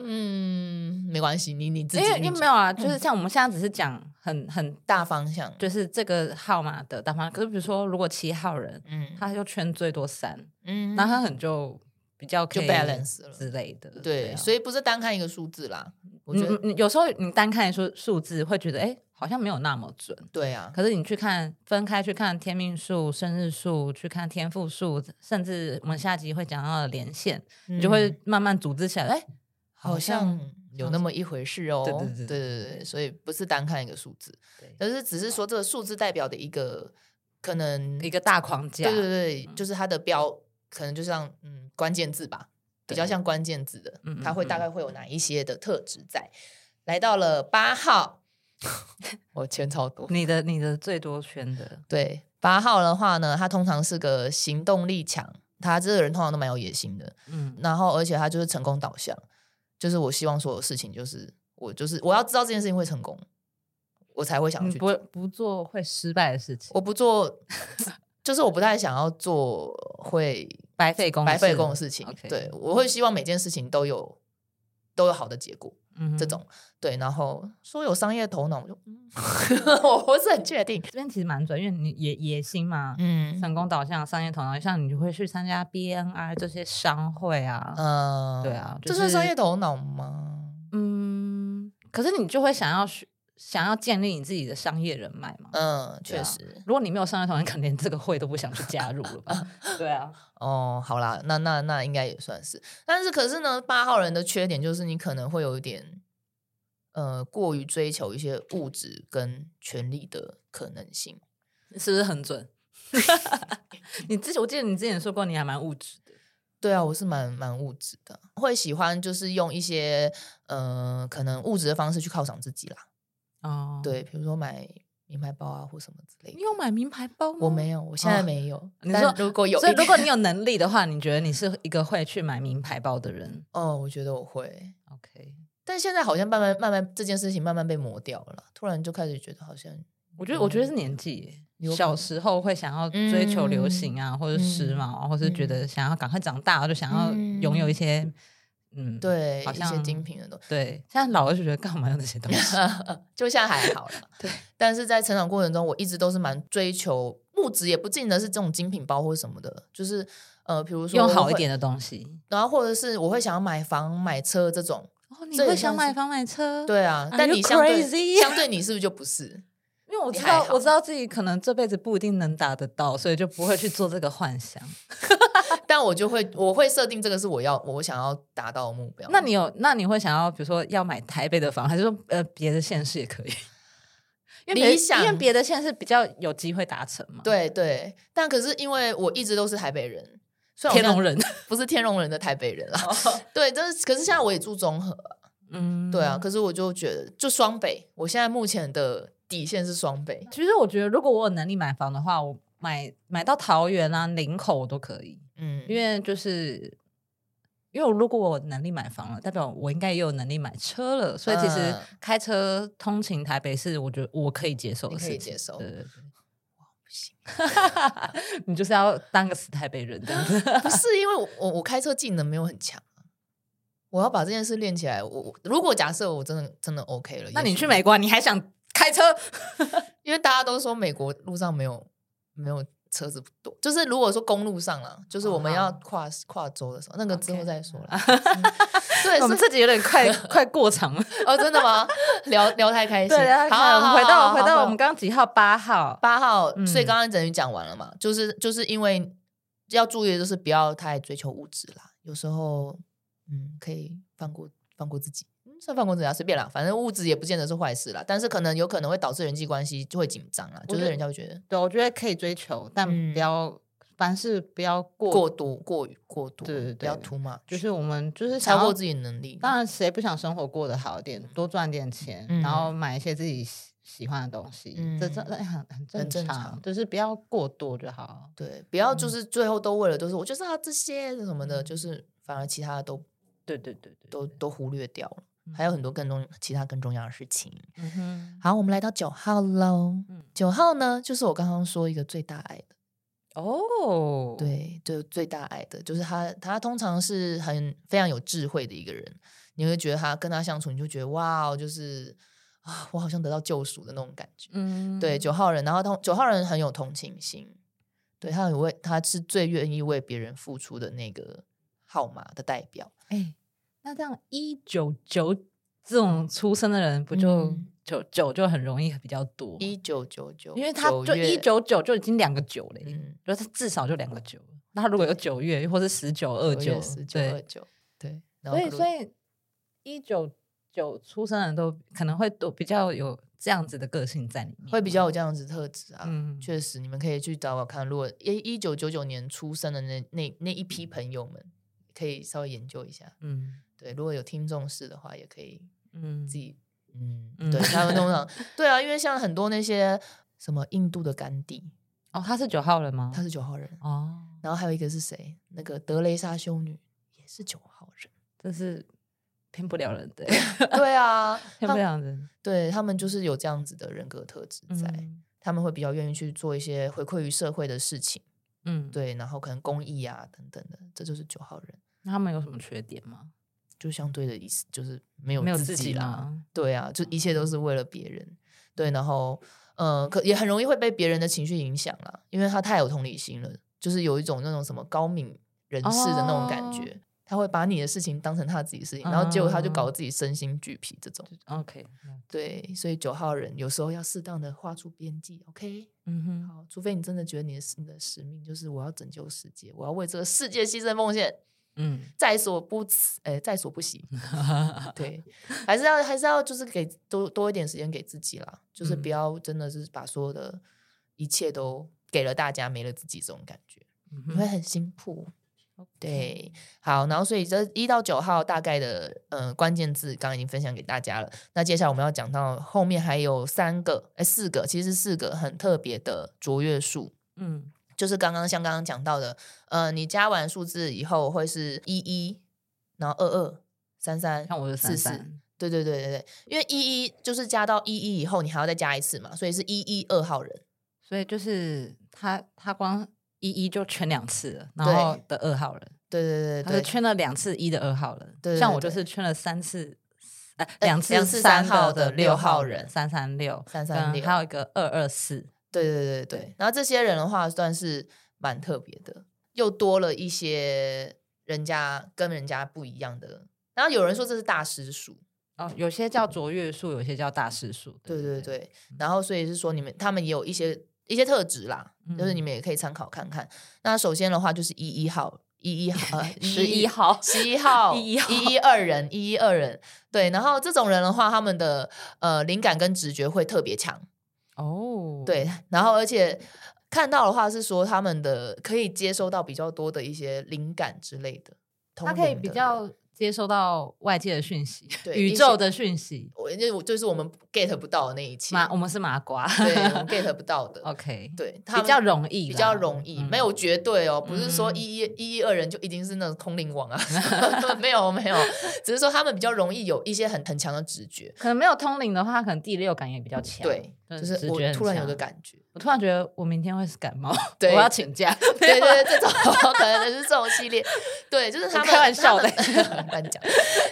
[SPEAKER 1] 嗯，没关系，你你自
[SPEAKER 2] 因
[SPEAKER 1] 己
[SPEAKER 2] 为因为
[SPEAKER 1] 你
[SPEAKER 2] 没有啊，就是像我们现在只是讲很很
[SPEAKER 1] 大方向，
[SPEAKER 2] 就是这个号码的大方，可是比如说如果七号人，
[SPEAKER 1] 嗯
[SPEAKER 2] 他就圈最多三，
[SPEAKER 1] 嗯
[SPEAKER 2] 那他很就比较可
[SPEAKER 1] 就
[SPEAKER 2] 以
[SPEAKER 1] balance 了
[SPEAKER 2] 之类的。
[SPEAKER 1] 对，
[SPEAKER 2] 啊嗯
[SPEAKER 1] 所以不是单看一个数字啦，我觉得
[SPEAKER 2] 你你有时候你单看数数字会觉得，哎，好像没有那么准。
[SPEAKER 1] 对啊，
[SPEAKER 2] 可是你去看分开去看天命数、生日数，去看天赋数，甚至我们下集会讲到的连线，你就
[SPEAKER 1] 嗯
[SPEAKER 2] 会慢慢组织起来。哎，
[SPEAKER 1] 好
[SPEAKER 2] 好
[SPEAKER 1] 像
[SPEAKER 2] 像
[SPEAKER 1] 有那么一回事哦。
[SPEAKER 2] 对对
[SPEAKER 1] 对
[SPEAKER 2] 对
[SPEAKER 1] 对对所以不是单看一个数字，但是只是说这个数字代表的一个可能
[SPEAKER 2] 一个嗯大框架，
[SPEAKER 1] 对对对，就是它的标，可能就像嗯关键字吧，比较
[SPEAKER 2] 对
[SPEAKER 1] 像关键字的
[SPEAKER 2] 嗯，嗯
[SPEAKER 1] 它会大
[SPEAKER 2] 嗯
[SPEAKER 1] 概会有哪一些的特质在。来到了八 号，我钱超多。
[SPEAKER 2] 你的你的最多圈的，
[SPEAKER 1] 对，八号的话呢，他通常是个行动力强，他这个人通常都蛮有野心的，
[SPEAKER 2] 嗯，
[SPEAKER 1] 然后而且他就是成功导向，就是我希望所有事情就是我就是我要知道这件事情会成功，我才会想
[SPEAKER 2] 你
[SPEAKER 1] 去
[SPEAKER 2] 嗯不
[SPEAKER 1] 做。
[SPEAKER 2] 不做会失败的事情，
[SPEAKER 1] 我不做，就是我不太想要做会
[SPEAKER 2] 白费功，
[SPEAKER 1] 白费功的事情。
[SPEAKER 2] OK
[SPEAKER 1] 对，我会希望每件事情都有都有好的结果，
[SPEAKER 2] 嗯哼
[SPEAKER 1] 这种对。然后说有商业头脑， 我就嗯我不是很确定。
[SPEAKER 2] 这边其实蛮准，因为你野野心嘛，
[SPEAKER 1] 嗯
[SPEAKER 2] 成功导向、商业头脑，像你就会去参加 BNR 这些商会啊，
[SPEAKER 1] 嗯
[SPEAKER 2] 对啊
[SPEAKER 1] 这
[SPEAKER 2] 就
[SPEAKER 1] 算
[SPEAKER 2] 是
[SPEAKER 1] 商业头脑吗？
[SPEAKER 2] 嗯，可是你就会想要去想要建立你自己的商业人脉嘛。
[SPEAKER 1] 嗯，
[SPEAKER 2] 对
[SPEAKER 1] 确
[SPEAKER 2] 啊
[SPEAKER 1] 实。
[SPEAKER 2] 如果你没有商业头脑，你可能连这个会都不想去加入 了吧？对啊，
[SPEAKER 1] 哦，好啦，那那那应该也算是。但是可是呢，八号人的缺点就是你可能会有一点。呃，过于追求一些物质跟权力的可能性，
[SPEAKER 2] 是不是很准？ 你之前我记得你之前说过，你还蛮物质的，
[SPEAKER 1] 对啊，我是蛮蛮物质的，会喜欢就是用一些呃可能物质的方式去犒赏自己啦。
[SPEAKER 2] 哦，，
[SPEAKER 1] 对，比如说买名牌包啊或什么之类
[SPEAKER 2] 你
[SPEAKER 1] 的。
[SPEAKER 2] 有买名牌包吗？
[SPEAKER 1] 我没有，我现在
[SPEAKER 2] 哦
[SPEAKER 1] 没有。
[SPEAKER 2] 你
[SPEAKER 1] 但
[SPEAKER 2] 说
[SPEAKER 1] 如果有一
[SPEAKER 2] 所以
[SPEAKER 1] 天，
[SPEAKER 2] 如果你有能力的话，你觉得你是一个会去买名牌包的人
[SPEAKER 1] 哦，我觉得我会，
[SPEAKER 2] ？OK，
[SPEAKER 1] 但现在好像慢慢慢慢这件事情慢慢被磨掉了啦，突然就开始觉得好像
[SPEAKER 2] 我觉得我觉得是年纪
[SPEAKER 1] 有可
[SPEAKER 2] 耶，小
[SPEAKER 1] 能嗯
[SPEAKER 2] 时候会想要追求流行啊，或者时髦啊，或是觉得想要赶快长大，就想要拥有一些，嗯，
[SPEAKER 1] 对
[SPEAKER 2] 好
[SPEAKER 1] 一些精
[SPEAKER 2] 像
[SPEAKER 1] 品的东西，
[SPEAKER 2] 对。现在老了就觉得干嘛用这些东 西？
[SPEAKER 1] 就现在还好了。
[SPEAKER 2] 对，
[SPEAKER 1] 但是在成长过程中，我一直都是蛮追求物质，也不尽得是这种精品包或什么的，就是呃，比如说
[SPEAKER 2] 用
[SPEAKER 1] 我
[SPEAKER 2] 好一
[SPEAKER 1] 会
[SPEAKER 2] 点的东西。
[SPEAKER 1] 然后或者是我会想要买房买车这种，
[SPEAKER 2] 哦，你
[SPEAKER 1] 这也
[SPEAKER 2] 会想
[SPEAKER 1] 算是
[SPEAKER 2] 买房买车？，
[SPEAKER 1] 对啊，
[SPEAKER 2] 嗯 Are
[SPEAKER 1] 但
[SPEAKER 2] you
[SPEAKER 1] 你相对
[SPEAKER 2] crazy？
[SPEAKER 1] 相对你是不是就不是？
[SPEAKER 2] 因为我
[SPEAKER 1] 你
[SPEAKER 2] 知
[SPEAKER 1] 还
[SPEAKER 2] 道
[SPEAKER 1] 好
[SPEAKER 2] 我知道自己可能这辈子不一定能达得到，所以就不会去做这个幻想。
[SPEAKER 1] 但我就会我会设定这个是我要我想要达到的目标。
[SPEAKER 2] 那你有那你会想要，比如说要买台北的房，还是说呃别的县市也可以？因为别
[SPEAKER 1] 理想
[SPEAKER 2] 因为别的县市比较有机会达成嘛。
[SPEAKER 1] 对对，但可是因为我一直都是台北人，虽然我
[SPEAKER 2] 天
[SPEAKER 1] 现在
[SPEAKER 2] 龙人，哦
[SPEAKER 1] 不是天龙人的台北人啦， 对，但是可是现在我也住中和啊，
[SPEAKER 2] 嗯，
[SPEAKER 1] 对啊，。可是我就觉得就双北，我现在目前的底线是双北，
[SPEAKER 2] 其实我觉得，如果我有能力买房的话，我买买到桃园啊、林口我都可以，
[SPEAKER 1] 嗯，
[SPEAKER 2] 因为就是因为我如果我有能力买房了，代表我应该也有能力买车了，所以其实
[SPEAKER 1] 嗯
[SPEAKER 2] 开车通勤台北是我觉得我可以接受
[SPEAKER 1] 你
[SPEAKER 2] 的
[SPEAKER 1] 可
[SPEAKER 2] 事
[SPEAKER 1] 以
[SPEAKER 2] 情，
[SPEAKER 1] 接受
[SPEAKER 2] 对对对。不行， 你就是要当个死台北人这样 子。
[SPEAKER 1] 不是因为我我我开车技能没有很强啊，我要把这件事练起来。我我如果假设我真的真的 OK 了，
[SPEAKER 2] 那
[SPEAKER 1] 也
[SPEAKER 2] 你
[SPEAKER 1] 许
[SPEAKER 2] 去，美国啊，你还想开车？
[SPEAKER 1] 因为大家都说美国路上没有没有车子不多，就是如果说公路上啦，就是
[SPEAKER 2] 哦
[SPEAKER 1] 我们
[SPEAKER 2] 好
[SPEAKER 1] 要跨跨州的时候，那个之后
[SPEAKER 2] OK
[SPEAKER 1] 再说啦。嗯对，
[SPEAKER 2] 我们
[SPEAKER 1] 是
[SPEAKER 2] 自己有点快快过场了。
[SPEAKER 1] 哦，真的吗？ 聊聊太 开心，
[SPEAKER 2] 对啊，
[SPEAKER 1] 好好好
[SPEAKER 2] 我们回
[SPEAKER 1] 好
[SPEAKER 2] 到
[SPEAKER 1] 好
[SPEAKER 2] 回
[SPEAKER 1] 好
[SPEAKER 2] 到我们刚刚几号？八号。
[SPEAKER 1] 八号，
[SPEAKER 2] 嗯
[SPEAKER 1] 所以刚刚等于讲完了嘛，就是就是因为要注意的就是不要太追求物质啦，有时候嗯可以放过放过自己，嗯算放过自己啊，随便啦，反正物质也不见得是坏事啦，但是可能有可能会导致人际关系就会紧张啦，
[SPEAKER 2] 我
[SPEAKER 1] 就是
[SPEAKER 2] 觉
[SPEAKER 1] 人家会觉得
[SPEAKER 2] 对，我觉得可以追求，但
[SPEAKER 1] 嗯
[SPEAKER 2] 不要，凡事不要过，
[SPEAKER 1] 过度过于过度，
[SPEAKER 2] 对对
[SPEAKER 1] 不要
[SPEAKER 2] 对
[SPEAKER 1] too much，
[SPEAKER 2] 就是我们就是想
[SPEAKER 1] 超
[SPEAKER 2] 要
[SPEAKER 1] 过自己的能力，
[SPEAKER 2] 当然，谁不想生活过得好一点，多赚点钱，
[SPEAKER 1] 嗯
[SPEAKER 2] 然后买一些自己喜喜欢的东西，这这
[SPEAKER 1] 嗯
[SPEAKER 2] 这很很
[SPEAKER 1] 很
[SPEAKER 2] 正
[SPEAKER 1] 正
[SPEAKER 2] 常，
[SPEAKER 1] 常
[SPEAKER 2] 就是不要过多就好。
[SPEAKER 1] 对，不要
[SPEAKER 2] 嗯
[SPEAKER 1] 就是最后都为了都是我就是啊要这些什么的，就是反而其他的都
[SPEAKER 2] 对对对嗯对，
[SPEAKER 1] 都都忽略掉了，还有很多更重其他更重要的事情。
[SPEAKER 2] 嗯哼，
[SPEAKER 1] 好，我们来到九号喽
[SPEAKER 2] 嗯。
[SPEAKER 1] 九号呢，就是我刚刚说一个最大爱的，
[SPEAKER 2] 哦，，
[SPEAKER 1] 对，就最大爱的，就是他，他通常是很非常有智慧的一个人，你会觉得他跟他相处，你就觉得哇哦，就是啊，我好像得到救赎的那种感觉。
[SPEAKER 2] 嗯，
[SPEAKER 1] 对，九号人，然后同九号人很有同情心，对他很为他是最愿意为别人付出的那个号码的代表。
[SPEAKER 2] 哎，那这样一九九这种出生的人，不就
[SPEAKER 1] 嗯
[SPEAKER 2] 九九就很容易比较多，
[SPEAKER 1] 一九九九，
[SPEAKER 2] 因为他就
[SPEAKER 1] 9月
[SPEAKER 2] 一，九九就已经两个九了耶，
[SPEAKER 1] 嗯，
[SPEAKER 2] 就是至少就两个九。那他如果有九月或是十九、二九，
[SPEAKER 1] 十九二
[SPEAKER 2] 对，
[SPEAKER 1] 九，对，然
[SPEAKER 2] 所
[SPEAKER 1] 后
[SPEAKER 2] 以
[SPEAKER 1] 可
[SPEAKER 2] 所以一九九出生的人都可能会都比较有这样子的个性在里面，
[SPEAKER 1] 会比较有这样子的特质啊。
[SPEAKER 2] 嗯，
[SPEAKER 1] 确实，你们可以去找找看，如果一一九九九年出生的那那那一批朋友们，可以稍微研究一下。
[SPEAKER 2] 嗯
[SPEAKER 1] 对，如果有听众是的话，也可以
[SPEAKER 2] 嗯
[SPEAKER 1] 自己，嗯，
[SPEAKER 2] 嗯
[SPEAKER 1] 对，他们通 常对啊，因为像很多那些什么印度的甘地，
[SPEAKER 2] 哦，他是九号人吗？
[SPEAKER 1] 他是九号人，
[SPEAKER 2] 哦，
[SPEAKER 1] 然后还有一个是谁？那个德雷莎修女也是九号人。
[SPEAKER 2] 这是骗不了人 的，
[SPEAKER 1] 对 啊，
[SPEAKER 2] 骗不
[SPEAKER 1] 他
[SPEAKER 2] 了人
[SPEAKER 1] 对他们就是有这样子的人格特质在，
[SPEAKER 2] 嗯
[SPEAKER 1] 他们会比较愿意去做一些回馈于社会的事情，
[SPEAKER 2] 嗯，
[SPEAKER 1] 对，然后可能公益啊等等的，这就是九号人。
[SPEAKER 2] 那他们有什么缺点吗？
[SPEAKER 1] 就相对的意思就是没有
[SPEAKER 2] 没有
[SPEAKER 1] 自
[SPEAKER 2] 己
[SPEAKER 1] 啦，
[SPEAKER 2] 吗？哦
[SPEAKER 1] 对啊，就一切都是为了别人，对，然后呃，可也很容易会被别人的情绪影响啦，因为他太有同理心了，就是有一种那种什么高敏人士的那种
[SPEAKER 2] 哦
[SPEAKER 1] 感觉，他会把你的事情当成他自己的事情，然后结果他就
[SPEAKER 2] 嗯
[SPEAKER 1] 搞得自己身心俱疲这种，
[SPEAKER 2] OK，
[SPEAKER 1] 对，所以九号人有时候要适当的画出边际，OK，
[SPEAKER 2] 嗯哼，
[SPEAKER 1] 好，除非你真的觉得你的你的使命就是我要拯救世界，我要为这个世界牺牲奉献，
[SPEAKER 2] 嗯，
[SPEAKER 1] 在所不辞，哎，在所不惜。对，还是要还是要就是给多多一点时间给自己啦，就是不
[SPEAKER 2] 嗯
[SPEAKER 1] 要真的是把所有的一切都给了大家，没了自己这种感觉，
[SPEAKER 2] 嗯
[SPEAKER 1] 你
[SPEAKER 2] 哼
[SPEAKER 1] 会很辛苦。对，好，然后所以这一到九号大概的呃关键字，刚刚已经分享给大家了。那接下来我们要讲到后面还有三个，哎，四个，其实是四个很特别的卓越数，
[SPEAKER 2] 嗯
[SPEAKER 1] 就是刚刚像刚刚讲到的，呃，你加完数字以后会是一一，然后二二、三三，
[SPEAKER 2] 像我的
[SPEAKER 1] 四
[SPEAKER 2] 四
[SPEAKER 1] 四，
[SPEAKER 2] 三，
[SPEAKER 1] 对对对对对，因为一一就是加到一一以后，你还要再加一次嘛，所以是一一二号人。
[SPEAKER 2] 所以就是他他光一一就圈两次了，然
[SPEAKER 1] 对
[SPEAKER 2] 后的二号人，
[SPEAKER 1] 对对对
[SPEAKER 2] 他是
[SPEAKER 1] 对
[SPEAKER 2] 圈了两次一的二号人，
[SPEAKER 1] 对对
[SPEAKER 2] 像
[SPEAKER 1] 对
[SPEAKER 2] 我就
[SPEAKER 1] 对
[SPEAKER 2] 是圈了三次，呃，
[SPEAKER 1] 呃
[SPEAKER 2] 两次
[SPEAKER 1] 两次三
[SPEAKER 2] 个
[SPEAKER 1] 号的
[SPEAKER 2] 的
[SPEAKER 1] 六号
[SPEAKER 2] 号
[SPEAKER 1] 人
[SPEAKER 2] 三三六
[SPEAKER 1] 336
[SPEAKER 2] 跟嗯还有一个二二四，
[SPEAKER 1] 对对对对对
[SPEAKER 2] 对。
[SPEAKER 1] 然后这些人的话，算是蛮特别的，又多了一些人家跟人家不一样的。然后有人说这是大师数，
[SPEAKER 2] 哦，有些叫卓越数，有些叫大师数，
[SPEAKER 1] 对对
[SPEAKER 2] 对，嗯
[SPEAKER 1] 对。然后所以是说你们他们也有一些一些特质啦，就是
[SPEAKER 2] 嗯
[SPEAKER 1] 你们也可以参考看看。那首先的话就是一一号。一一号， 呃
[SPEAKER 2] 11号
[SPEAKER 1] 十一号，
[SPEAKER 2] 11号
[SPEAKER 1] 一一二人，一一二人，对。然后这种人的话，他们的呃灵感跟直觉会特别强，
[SPEAKER 2] 哦，，
[SPEAKER 1] 对。然后而且看到的话是说他们的可以接收到比较多的一些灵感之类的，
[SPEAKER 2] 他
[SPEAKER 1] 通
[SPEAKER 2] 可以
[SPEAKER 1] 灵的
[SPEAKER 2] 比
[SPEAKER 1] 人
[SPEAKER 2] 较接收到外界的讯息，
[SPEAKER 1] 对一
[SPEAKER 2] 宇
[SPEAKER 1] 些
[SPEAKER 2] 宙的讯息，
[SPEAKER 1] 我就就是我们 get 不到的那一切，
[SPEAKER 2] 麻我们是麻瓜
[SPEAKER 1] 对，我 们 get 不到的，
[SPEAKER 2] ，OK，
[SPEAKER 1] 对，他
[SPEAKER 2] 哦比
[SPEAKER 1] 们
[SPEAKER 2] 较容易啦，
[SPEAKER 1] 比较容易，
[SPEAKER 2] 嗯
[SPEAKER 1] 没有绝对哦，不是说
[SPEAKER 2] 嗯
[SPEAKER 1] 一一一一二人就一定是那种通灵王啊， 没有没有， 只是说他们比较容易有一些很很强的直觉，
[SPEAKER 2] 可能没有通灵的话，可能第六感也比较强。
[SPEAKER 1] 对，就是
[SPEAKER 2] 啊直觉
[SPEAKER 1] 我
[SPEAKER 2] 很
[SPEAKER 1] 突然有
[SPEAKER 2] 强
[SPEAKER 1] 个，感觉，
[SPEAKER 2] 我突然觉得我明天会是感冒，
[SPEAKER 1] 对
[SPEAKER 2] 我要请 假。
[SPEAKER 1] 对对对，这种可能就是这种系列，对，就是他
[SPEAKER 2] 我
[SPEAKER 1] 们
[SPEAKER 2] 开玩笑的
[SPEAKER 1] 他们 乱讲，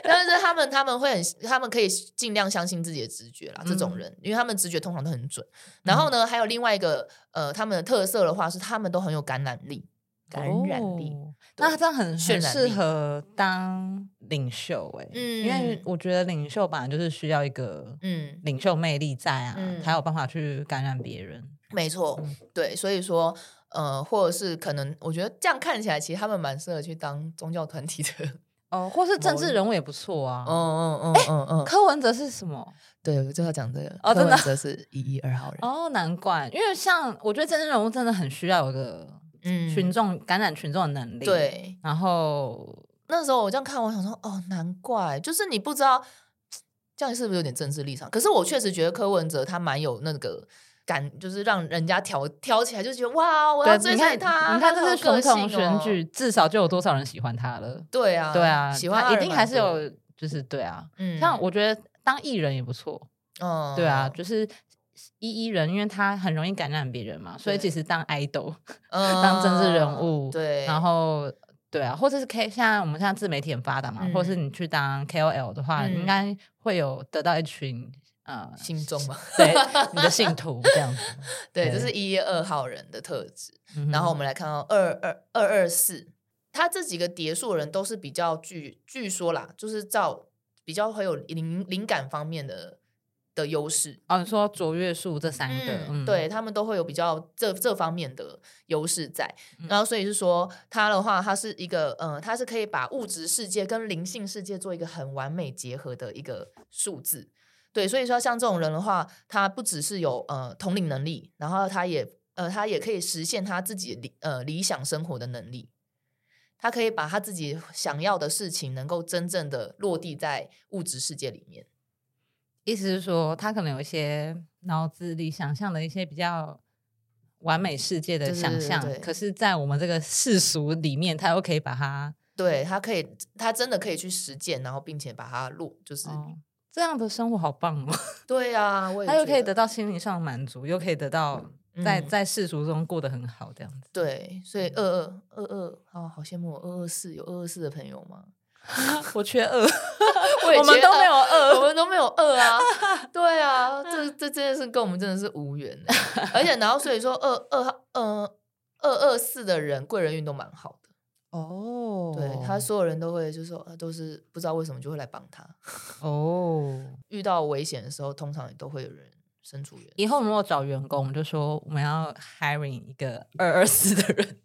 [SPEAKER 1] 但是他们他们会很，他们可以尽量相信自己的直觉啦，这种
[SPEAKER 2] 嗯
[SPEAKER 1] 人，因为他们直觉通常都很准。然后呢，还有另外一个呃，他们的特色的话是他们都很有感染力， 感染力。
[SPEAKER 2] 哦
[SPEAKER 1] 对
[SPEAKER 2] 那这样很
[SPEAKER 1] 渲
[SPEAKER 2] 很
[SPEAKER 1] 染
[SPEAKER 2] 适
[SPEAKER 1] 力
[SPEAKER 2] 合当领袖哎、因为
[SPEAKER 1] 嗯
[SPEAKER 2] 我觉得领袖本来就是需要一个
[SPEAKER 1] 嗯，
[SPEAKER 2] 领袖魅力在啊，
[SPEAKER 1] 嗯哦
[SPEAKER 2] 才有办法去感染别人。
[SPEAKER 1] 没错，
[SPEAKER 2] 嗯
[SPEAKER 1] 对，所以说，呃，或者是可能，我觉得这样看起来，其实他们蛮适合去当宗教团体的。
[SPEAKER 2] 哦，或是政
[SPEAKER 1] 某
[SPEAKER 2] 治
[SPEAKER 1] 一
[SPEAKER 2] 人物也不错啊。
[SPEAKER 1] 嗯嗯嗯嗯嗯，
[SPEAKER 2] 柯文哲是什么？
[SPEAKER 1] 对，我就要讲这个。
[SPEAKER 2] 哦
[SPEAKER 1] 柯
[SPEAKER 2] 真的
[SPEAKER 1] 文哲是一一二号人，
[SPEAKER 2] 哦，难怪，因为像我觉得政治人物真的很需要有一个
[SPEAKER 1] 嗯
[SPEAKER 2] 群众、感染群众的能力。，
[SPEAKER 1] 对。
[SPEAKER 2] 然后
[SPEAKER 1] 那时候我这样看，我想说，哦，难怪，就是你不知道这样是不是有点政治立场？可是我确实觉得柯文哲他蛮有那个感，就是让人家挑挑起来，就觉得哇，我要
[SPEAKER 2] 对，
[SPEAKER 1] 追
[SPEAKER 2] 你
[SPEAKER 1] 随
[SPEAKER 2] 看，
[SPEAKER 1] 他。
[SPEAKER 2] 你看
[SPEAKER 1] 他
[SPEAKER 2] 这是
[SPEAKER 1] 好有
[SPEAKER 2] 总
[SPEAKER 1] 个
[SPEAKER 2] 统
[SPEAKER 1] 性
[SPEAKER 2] 选
[SPEAKER 1] 哦
[SPEAKER 2] 举，，至少就有多少人喜欢他了？
[SPEAKER 1] 对啊，
[SPEAKER 2] 对啊，
[SPEAKER 1] 喜欢
[SPEAKER 2] 他
[SPEAKER 1] 他
[SPEAKER 2] 一
[SPEAKER 1] 人
[SPEAKER 2] 定
[SPEAKER 1] 蛮
[SPEAKER 2] 还是
[SPEAKER 1] 多的，
[SPEAKER 2] 有，就是对啊。
[SPEAKER 1] 嗯
[SPEAKER 2] 像，我觉得当艺人也不错，
[SPEAKER 1] 嗯，
[SPEAKER 2] 对啊，就是一一人，因为他很容易感染别人嘛，所以
[SPEAKER 1] 对
[SPEAKER 2] 其实当 idol，
[SPEAKER 1] 嗯，
[SPEAKER 2] 当政治人物
[SPEAKER 1] 对，
[SPEAKER 2] 然后。对啊，或者是 K，现在我们现在自媒体很发达嘛，或者是你去当 KOL 的话，
[SPEAKER 1] 嗯
[SPEAKER 2] 应该会有得到一群 呃，
[SPEAKER 1] 心中 嘛，
[SPEAKER 2] 对你的信徒这 样子。
[SPEAKER 1] 对，
[SPEAKER 2] 对
[SPEAKER 1] 这是一一二号人的特质。
[SPEAKER 2] 嗯哼
[SPEAKER 1] 然后我们来看到二二二二四，他这几个叠数人都是比较据据说啦，就是照比较会有灵灵感方面的的优势。
[SPEAKER 2] 哦，你说卓越树这三个，
[SPEAKER 1] 嗯，
[SPEAKER 2] 嗯，
[SPEAKER 1] 对他们都会有比较这这方面的优势在，
[SPEAKER 2] 嗯
[SPEAKER 1] 然后所以是说他的话，他是一个呃，他是可以把物质世界跟灵性世界做一个很完美结合的一个数字。对，所以说像这种人的话，他不只是有呃统领能力，然后他也呃他也可以实现他自己理呃理想生活的能力。他可以把他自己想要的事情能够真正的落地在物质世界里面。
[SPEAKER 2] 意思是说他可能有一些脑子里想象的一些比较。完美世界的
[SPEAKER 1] 对对
[SPEAKER 2] 想
[SPEAKER 1] 对对
[SPEAKER 2] 象，
[SPEAKER 1] 对
[SPEAKER 2] 可是，在我们这个世俗里面，他又可以把它
[SPEAKER 1] 对
[SPEAKER 2] 嗯
[SPEAKER 1] 他可以，他真的可以去实践，然后并且把它落，就是、
[SPEAKER 2] 哦，这样的生活好棒哦！
[SPEAKER 1] 对啊，我也
[SPEAKER 2] 他又
[SPEAKER 1] 觉
[SPEAKER 2] 可以得到心灵上的满足，又可以得嗯到在、
[SPEAKER 1] 嗯
[SPEAKER 2] 在世俗中过得很好，这样子。
[SPEAKER 1] 对，所以二二二二，啊，好羡慕我二二四有二二四的朋友吗？
[SPEAKER 2] 我缺二，
[SPEAKER 1] 我也
[SPEAKER 2] 我们
[SPEAKER 1] 觉
[SPEAKER 2] 都
[SPEAKER 1] 得
[SPEAKER 2] 没有
[SPEAKER 1] 我
[SPEAKER 2] 二。嗯
[SPEAKER 1] 们都没有饿 啊，对啊，这这真的是跟我们真的是无缘的，而且然后所以说二二号呃二二四的人贵人运都蛮好的，
[SPEAKER 2] 哦
[SPEAKER 1] 对他所有人都会就是说呃都是不知道为什么就会来帮他，
[SPEAKER 2] 哦，
[SPEAKER 1] 遇到危险的时候通常也都会有人伸出援手。
[SPEAKER 2] 以后我们如果找员工，我们就说我们要 hiring 一个二二四的人。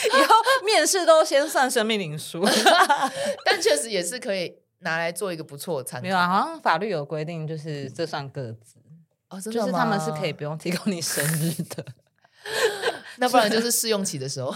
[SPEAKER 2] 以后面试都先算生命灵数，
[SPEAKER 1] 但确实也是可以拿来做一个不错的参
[SPEAKER 2] 没有啊？
[SPEAKER 1] 考。
[SPEAKER 2] 好像法律有规定，就是这算个资，
[SPEAKER 1] 哦，真的
[SPEAKER 2] 就是他们是
[SPEAKER 1] 吗
[SPEAKER 2] 可以，不用提供你生日的。
[SPEAKER 1] 那不然就是试用期的 时候，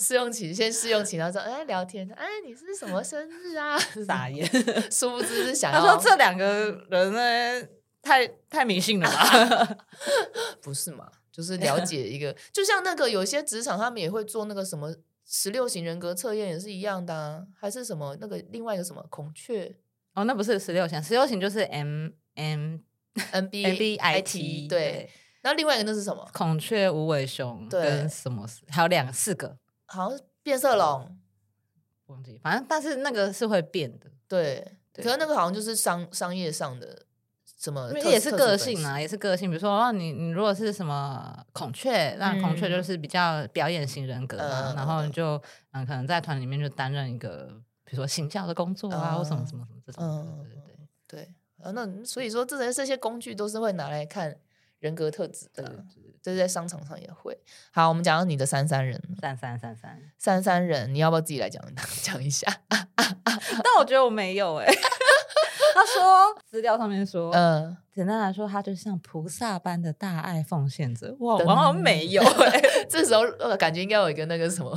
[SPEAKER 1] 试用期先试用期，然后说哎聊天，哎你是什么生日啊？
[SPEAKER 2] 傻眼。
[SPEAKER 1] 殊不知是想
[SPEAKER 2] 他
[SPEAKER 1] 要，
[SPEAKER 2] 说这两个人呢，太太迷信了吧？
[SPEAKER 1] 不是嘛？就是了解一个，就像那个有些职场他们也会做那个什么十六型人格测验也是一样的、啊，还是什么那个另外一个什么孔 雀
[SPEAKER 2] 哦，那不是十六型，十六型就是 M M
[SPEAKER 1] MBI T
[SPEAKER 2] MBI T
[SPEAKER 1] 对，，然后另外一个那是什么？
[SPEAKER 2] 孔雀、无尾熊
[SPEAKER 1] 对
[SPEAKER 2] 跟什么？还有两四个
[SPEAKER 1] 好像是变色
[SPEAKER 2] 哦
[SPEAKER 1] 龙，
[SPEAKER 2] 忘记，反正但是那个是会变的，
[SPEAKER 1] 对，
[SPEAKER 2] 对
[SPEAKER 1] 可是那个好像就是商商业上的什么
[SPEAKER 2] 因
[SPEAKER 1] 特，
[SPEAKER 2] 为也是
[SPEAKER 1] 特殊
[SPEAKER 2] 个
[SPEAKER 1] 分
[SPEAKER 2] 性
[SPEAKER 1] 析
[SPEAKER 2] 啊，也是个性。比如说，哦，你你如果是什么孔雀，那孔雀就
[SPEAKER 1] 嗯
[SPEAKER 2] 是比较表演型人格嘛，
[SPEAKER 1] 嗯
[SPEAKER 2] 然后你就嗯、可能在团里面就担任一个。比如说行销的工作啊，或什么什么什么这种的，
[SPEAKER 1] 嗯
[SPEAKER 2] 对对对。
[SPEAKER 1] 对，啊，那所以说这些这些工具都是会拿来看人格特质的啊，这在商场上也会。好，我们讲到你的三三人，
[SPEAKER 2] 三三三三，
[SPEAKER 1] 三三人，你要不要自己来讲讲一 下？
[SPEAKER 2] 但我觉得我没有哎、 他说资料上面说，
[SPEAKER 1] 嗯，
[SPEAKER 2] 简单来说，他就像菩萨般的大爱奉献者。哇，我
[SPEAKER 1] 噔
[SPEAKER 2] 好像没 有哎、
[SPEAKER 1] 这时候呃，感觉应该有一个那个什么，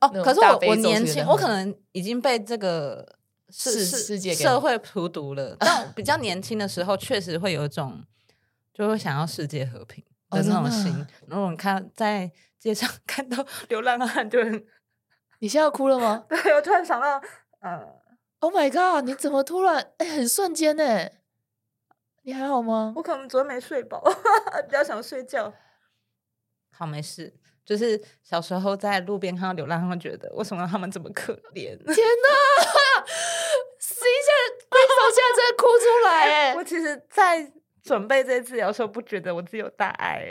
[SPEAKER 2] 哦
[SPEAKER 1] 那种，
[SPEAKER 2] 可是
[SPEAKER 1] 大
[SPEAKER 2] 我
[SPEAKER 1] 悲
[SPEAKER 2] 我
[SPEAKER 1] 咒
[SPEAKER 2] 年
[SPEAKER 1] 之类
[SPEAKER 2] 轻，
[SPEAKER 1] 的
[SPEAKER 2] 我可能已经被这个
[SPEAKER 1] 世
[SPEAKER 2] 世
[SPEAKER 1] 世
[SPEAKER 2] 世
[SPEAKER 1] 界给
[SPEAKER 2] 社会荼毒了。 但我比较年轻的时候，确实会有一种就会想要世界和平
[SPEAKER 1] 哦
[SPEAKER 2] 的
[SPEAKER 1] 真
[SPEAKER 2] 那种
[SPEAKER 1] 的
[SPEAKER 2] 心。
[SPEAKER 1] 啊
[SPEAKER 2] 然后你看在街上 看到流浪汉，就很
[SPEAKER 1] 你现在要哭了吗
[SPEAKER 2] 对我突然想到，呃，
[SPEAKER 1] ？Oh my god！你怎么突然哎，很瞬间呢？你还好吗？
[SPEAKER 2] 可能昨天没睡饱，比较想睡觉。好，没事。就是小时候在路边看到流浪汉，会觉得为什么他们这么可 怜？
[SPEAKER 1] 天哪！谁现在龟嫂现在真的哭出 来哎
[SPEAKER 2] 我！其实，在准备这次疗的时候，不觉得我自己有大爱。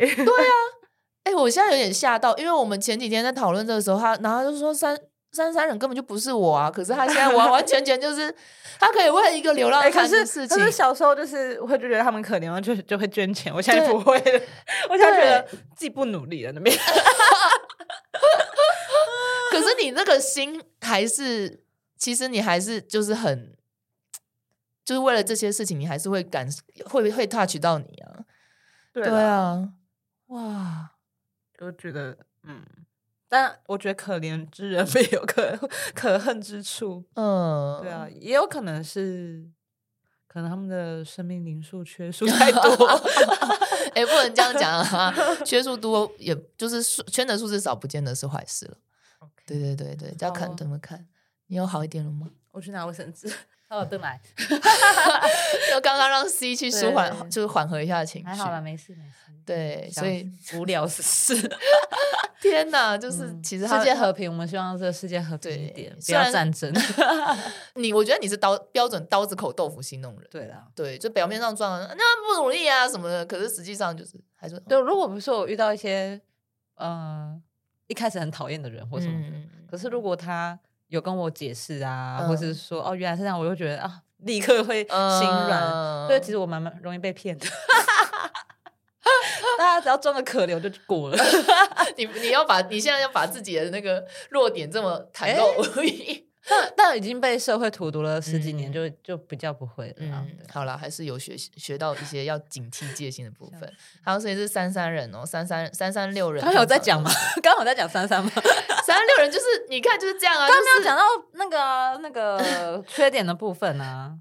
[SPEAKER 1] 哎、我现在有点吓到，因为我们前几天在讨论这个时候，他然后他就说三三三人根本就不是我啊，可是他现在完完全全就是他可以为了一个流浪
[SPEAKER 2] 哎可
[SPEAKER 1] 汉的
[SPEAKER 2] 是
[SPEAKER 1] 事情
[SPEAKER 2] 可，是小时候就是我会就觉得他们可怜，然后就就会捐钱。我现在
[SPEAKER 1] 对
[SPEAKER 2] 不会了，我现在觉得自己不努力了那边。
[SPEAKER 1] 可是你那个心还是，其实你还是就是很，就是为了这些事情，你还是会感会会 touch 到你啊，
[SPEAKER 2] 对
[SPEAKER 1] 对
[SPEAKER 2] 啊，
[SPEAKER 1] 啊，哇，
[SPEAKER 2] 我觉得嗯，但我觉得可怜之人 必有可可恨之处。
[SPEAKER 1] 嗯，
[SPEAKER 2] 对啊，也有可能是，可能他们的生命灵数缺数太 多。
[SPEAKER 1] 哎、不能这样讲啊！缺数多，也就是数圈的数字少，不见得是坏事了。对对对对，要看
[SPEAKER 2] 好哦
[SPEAKER 1] 怎么看。你有好一点了吗？
[SPEAKER 2] 我去拿卫生 纸，哦，对来，
[SPEAKER 1] 就刚刚让 C 去舒
[SPEAKER 2] 对
[SPEAKER 1] 缓，
[SPEAKER 2] 对
[SPEAKER 1] 就是缓和一下情绪。
[SPEAKER 2] 还好啦，没事没 事。
[SPEAKER 1] 对，
[SPEAKER 2] 想
[SPEAKER 1] 所以
[SPEAKER 2] 无聊是事，
[SPEAKER 1] 天哪，就是
[SPEAKER 2] 嗯
[SPEAKER 1] 其实他
[SPEAKER 2] 世界和平，我们希望这个世界和平一
[SPEAKER 1] 对
[SPEAKER 2] 点，不
[SPEAKER 1] 虽
[SPEAKER 2] 要
[SPEAKER 1] 然
[SPEAKER 2] 战争。
[SPEAKER 1] 你，我觉得你是刀标准刀子口豆腐心那种人。
[SPEAKER 2] 对啦，
[SPEAKER 1] 对，就表面上装啊那不努力啊什么的，可是实际上就是还是
[SPEAKER 2] 对，如果不是我遇到一些，呃，一开始很讨厌的人或什么的，
[SPEAKER 1] 嗯，
[SPEAKER 2] 可是如果他有跟我解释啊，
[SPEAKER 1] 嗯
[SPEAKER 2] 或是说哦原来是这样，我就觉得啊立刻会心软。
[SPEAKER 1] 嗯
[SPEAKER 2] 所以其实我蛮蛮容易被骗 的。大家只要装个可怜，我就过 了。
[SPEAKER 1] 你你要把你现在要把自己的那个弱点这么袒露无
[SPEAKER 2] 哎
[SPEAKER 1] 遗。
[SPEAKER 2] 但但已经被社会荼毒了十几年，
[SPEAKER 1] 嗯
[SPEAKER 2] 就就比较不会了啊。
[SPEAKER 1] 嗯，好啦，还是有学习学到一些要警惕戒心的部分。还有所以是三三人哦，三三三三六人。
[SPEAKER 2] 刚刚有在讲吗？刚刚有在讲三 三吗？
[SPEAKER 1] 三三六人就是 你看就是这样啊，
[SPEAKER 2] 刚刚没
[SPEAKER 1] 就
[SPEAKER 2] 有
[SPEAKER 1] 是
[SPEAKER 2] 讲到那个啊那 个缺点的部分啊。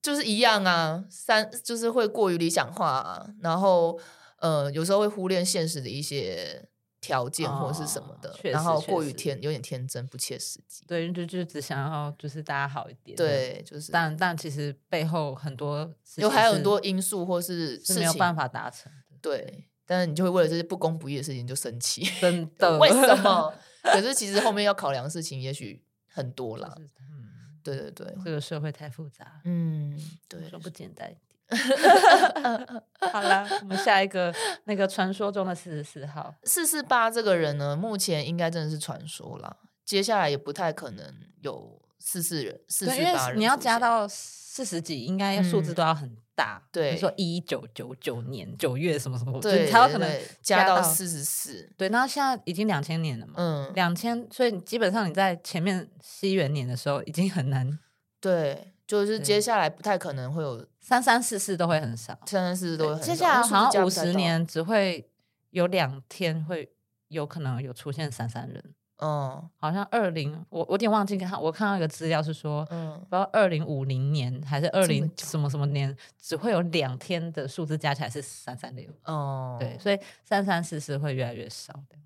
[SPEAKER 1] 就是一样啊，三就是会过于理想化、啊，然后呃有时候会忽略现实的一些条件或是什么的，
[SPEAKER 2] 哦确实
[SPEAKER 1] 然后过于
[SPEAKER 2] 确实
[SPEAKER 1] 天有点天真不切实际。
[SPEAKER 2] 对，就就只想要就是大家好一点。，
[SPEAKER 1] 对，就是
[SPEAKER 2] 但但其实背后很多事情
[SPEAKER 1] 有还有
[SPEAKER 2] 是
[SPEAKER 1] 很多因素或是
[SPEAKER 2] 是
[SPEAKER 1] 事
[SPEAKER 2] 没有
[SPEAKER 1] 情
[SPEAKER 2] 办法达成的，
[SPEAKER 1] 对，但是你就会为了这些不公不义的事情就生气，
[SPEAKER 2] 真的。
[SPEAKER 1] 呃为什？ 么？可是其实后面要考量的事情也许很多
[SPEAKER 2] 就
[SPEAKER 1] 啦，
[SPEAKER 2] 是嗯，
[SPEAKER 1] 对对对，
[SPEAKER 2] 这个社会太复杂了，
[SPEAKER 1] 嗯，
[SPEAKER 2] 为
[SPEAKER 1] 对
[SPEAKER 2] 什，么不简单一 点？好啦，我们下一个那个传说中的四十四号，
[SPEAKER 1] 四四八这个人呢，目前应该真的是传说啦，接下来也不太可能有四四人四
[SPEAKER 2] 对，
[SPEAKER 1] 四
[SPEAKER 2] 因
[SPEAKER 1] 八
[SPEAKER 2] 为
[SPEAKER 1] 人，
[SPEAKER 2] 你要加。到四十几，应该数字
[SPEAKER 1] 嗯
[SPEAKER 2] 都要很大。
[SPEAKER 1] 对
[SPEAKER 2] 比如说一九九九年九月什么什么，
[SPEAKER 1] 对，
[SPEAKER 2] 才有
[SPEAKER 1] 对
[SPEAKER 2] 可能
[SPEAKER 1] 对加到
[SPEAKER 2] 到
[SPEAKER 1] 四十四，
[SPEAKER 2] 对，那现在已经两千年了嘛，
[SPEAKER 1] 嗯，
[SPEAKER 2] 两千，所以你基本上你在前面西元年的时候已经很难，
[SPEAKER 1] 对，就是
[SPEAKER 2] 对
[SPEAKER 1] 接下来不太可能会有
[SPEAKER 2] 三三四四都会很少。
[SPEAKER 1] 三三四四都会很少，
[SPEAKER 2] 接下来
[SPEAKER 1] 因为数字
[SPEAKER 2] 好
[SPEAKER 1] 加
[SPEAKER 2] 像
[SPEAKER 1] 不
[SPEAKER 2] 五
[SPEAKER 1] 太
[SPEAKER 2] 十
[SPEAKER 1] 到，
[SPEAKER 2] 年只会有两天会有可能有出现三三人，
[SPEAKER 1] 嗯
[SPEAKER 2] 好像二零我我有点忘记看，我看到一个资料是说。
[SPEAKER 1] 嗯，
[SPEAKER 2] 不知道二零五零年还是
[SPEAKER 1] 这
[SPEAKER 2] 二
[SPEAKER 1] 么
[SPEAKER 2] 零
[SPEAKER 1] 久
[SPEAKER 2] 什么什么年，只会有两天的数字加起来是三三六，
[SPEAKER 1] 哦，
[SPEAKER 2] 对，所以三三四四会越来越少的。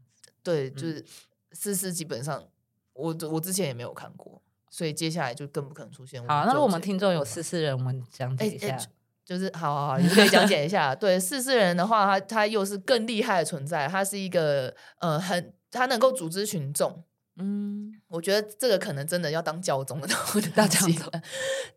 [SPEAKER 1] 对，就
[SPEAKER 2] 嗯
[SPEAKER 1] 是四四基本上我我之前也没有看过，所以接下来就更不可能出现。
[SPEAKER 2] 好，那如果我们听众有
[SPEAKER 1] 四，
[SPEAKER 2] 四四人，我们讲解
[SPEAKER 1] 哎
[SPEAKER 2] 一
[SPEAKER 1] 哎
[SPEAKER 2] 下。
[SPEAKER 1] 就是好好好，你可以讲解一下。 对四四人的话，他他又是更厉害的存在，他是一个呃很他能够组织群众。
[SPEAKER 2] 嗯，
[SPEAKER 1] 我觉得这个可能真的要当教宗 的头
[SPEAKER 2] 当教宗。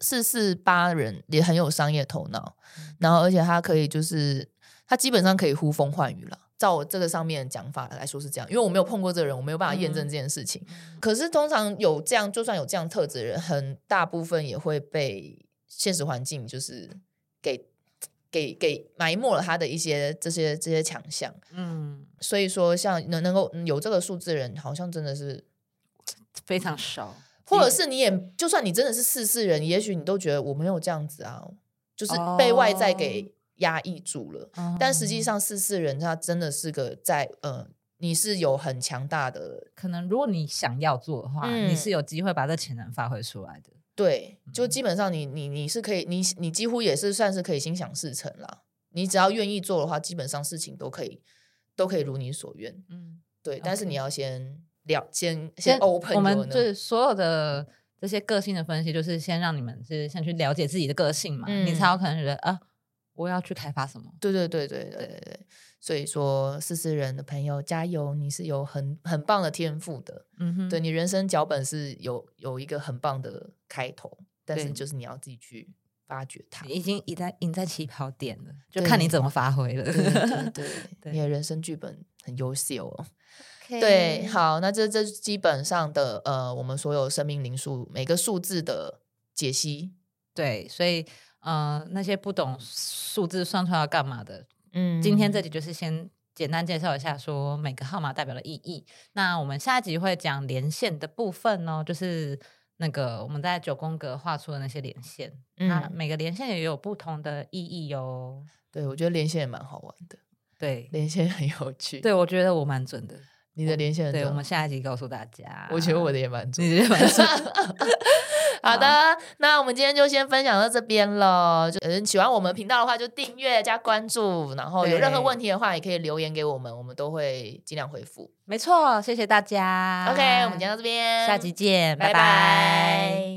[SPEAKER 1] 四四八人也很有商业头脑，
[SPEAKER 2] 嗯
[SPEAKER 1] 然后而且他可以就是他基本上可以呼风唤雨了。照我这个上面的讲法来说是这样，因为我没有碰过这个人，我没有办法验
[SPEAKER 2] 嗯
[SPEAKER 1] 证这件事情。可是通常有这样，就算有这样特质的人，很大部分也会被现实环境就是给给给埋没了他的一些这些这些强项。
[SPEAKER 2] 嗯，
[SPEAKER 1] 所以说，像能能够嗯有这个数字的人，好像真的是
[SPEAKER 2] 非常少，
[SPEAKER 1] 或者是你也就算你真的是四四人，也许你都觉得我没有这样子啊，就是被外
[SPEAKER 2] 哦
[SPEAKER 1] 在给压抑住了。但实际
[SPEAKER 2] 上。
[SPEAKER 1] 上四四人他真的是个在呃，你是有很强大的
[SPEAKER 2] 可能如果你想要做的话，
[SPEAKER 1] 嗯
[SPEAKER 2] 你是有机会把这潜能发挥出来的。
[SPEAKER 1] 对，就
[SPEAKER 2] 嗯
[SPEAKER 1] 基本上你你你是可以，你你几乎也是算是可以心想事成啦。你只要愿意做的话，基本上事情都可以都可以如你所愿。
[SPEAKER 2] 嗯，
[SPEAKER 1] 对，但是
[SPEAKER 2] OK
[SPEAKER 1] 你要先了先
[SPEAKER 2] 先
[SPEAKER 1] 先 open
[SPEAKER 2] 我们
[SPEAKER 1] your 呢
[SPEAKER 2] 就是所有的这些个性的分析，就是先让你们是先去了解自己的个性嘛，
[SPEAKER 1] 嗯
[SPEAKER 2] 你才有可能觉得啊，我要去开发什么。
[SPEAKER 1] 对对对对对对对，所以说四四人的朋友加油，你是有很很棒的天赋的，
[SPEAKER 2] 嗯哼
[SPEAKER 1] 对你人生脚本是有有一个很棒的开头，但是
[SPEAKER 2] 对
[SPEAKER 1] 就是你要自己去发掘它
[SPEAKER 2] 你。已经赢在赢在起跑点了，就
[SPEAKER 1] 对
[SPEAKER 2] 看你怎么发挥了。
[SPEAKER 1] 对对对
[SPEAKER 2] 对
[SPEAKER 1] 对，你的人生剧本很优秀哦。
[SPEAKER 2] OK
[SPEAKER 1] 对，，好，那这这是基本上的呃，我们所有生命灵数每个数字的解析。
[SPEAKER 2] 对，所以呃，那些不懂数字算出来要干嘛的，
[SPEAKER 1] 嗯
[SPEAKER 2] 今天这集就是先简单介绍一下，说每个号码代表的意义。那我们下一集会讲连线的部分哦，就是那个我们在九宫格画出的那些连线，那
[SPEAKER 1] 嗯，
[SPEAKER 2] 每个连线也有不同的意义哦。
[SPEAKER 1] 对我觉得连线也蛮好玩的，
[SPEAKER 2] 对，
[SPEAKER 1] 连线很有趣。，
[SPEAKER 2] 对我觉得我蛮准的。
[SPEAKER 1] 你的连线很
[SPEAKER 2] 对，我
[SPEAKER 1] 重
[SPEAKER 2] 们下一集告诉大家。
[SPEAKER 1] 我觉得我的也蛮重
[SPEAKER 2] 你觉得蛮准
[SPEAKER 1] 好的，那我们今天就先分享到这边了。就嗯，喜欢我们频道的话，就订阅加关注，然后有任何问题的话，也可以留言给我们，我们都会尽量回复。
[SPEAKER 2] 没错，谢谢大家。
[SPEAKER 1] OK，我们今天到这边，
[SPEAKER 2] 下集见，拜
[SPEAKER 1] 拜拜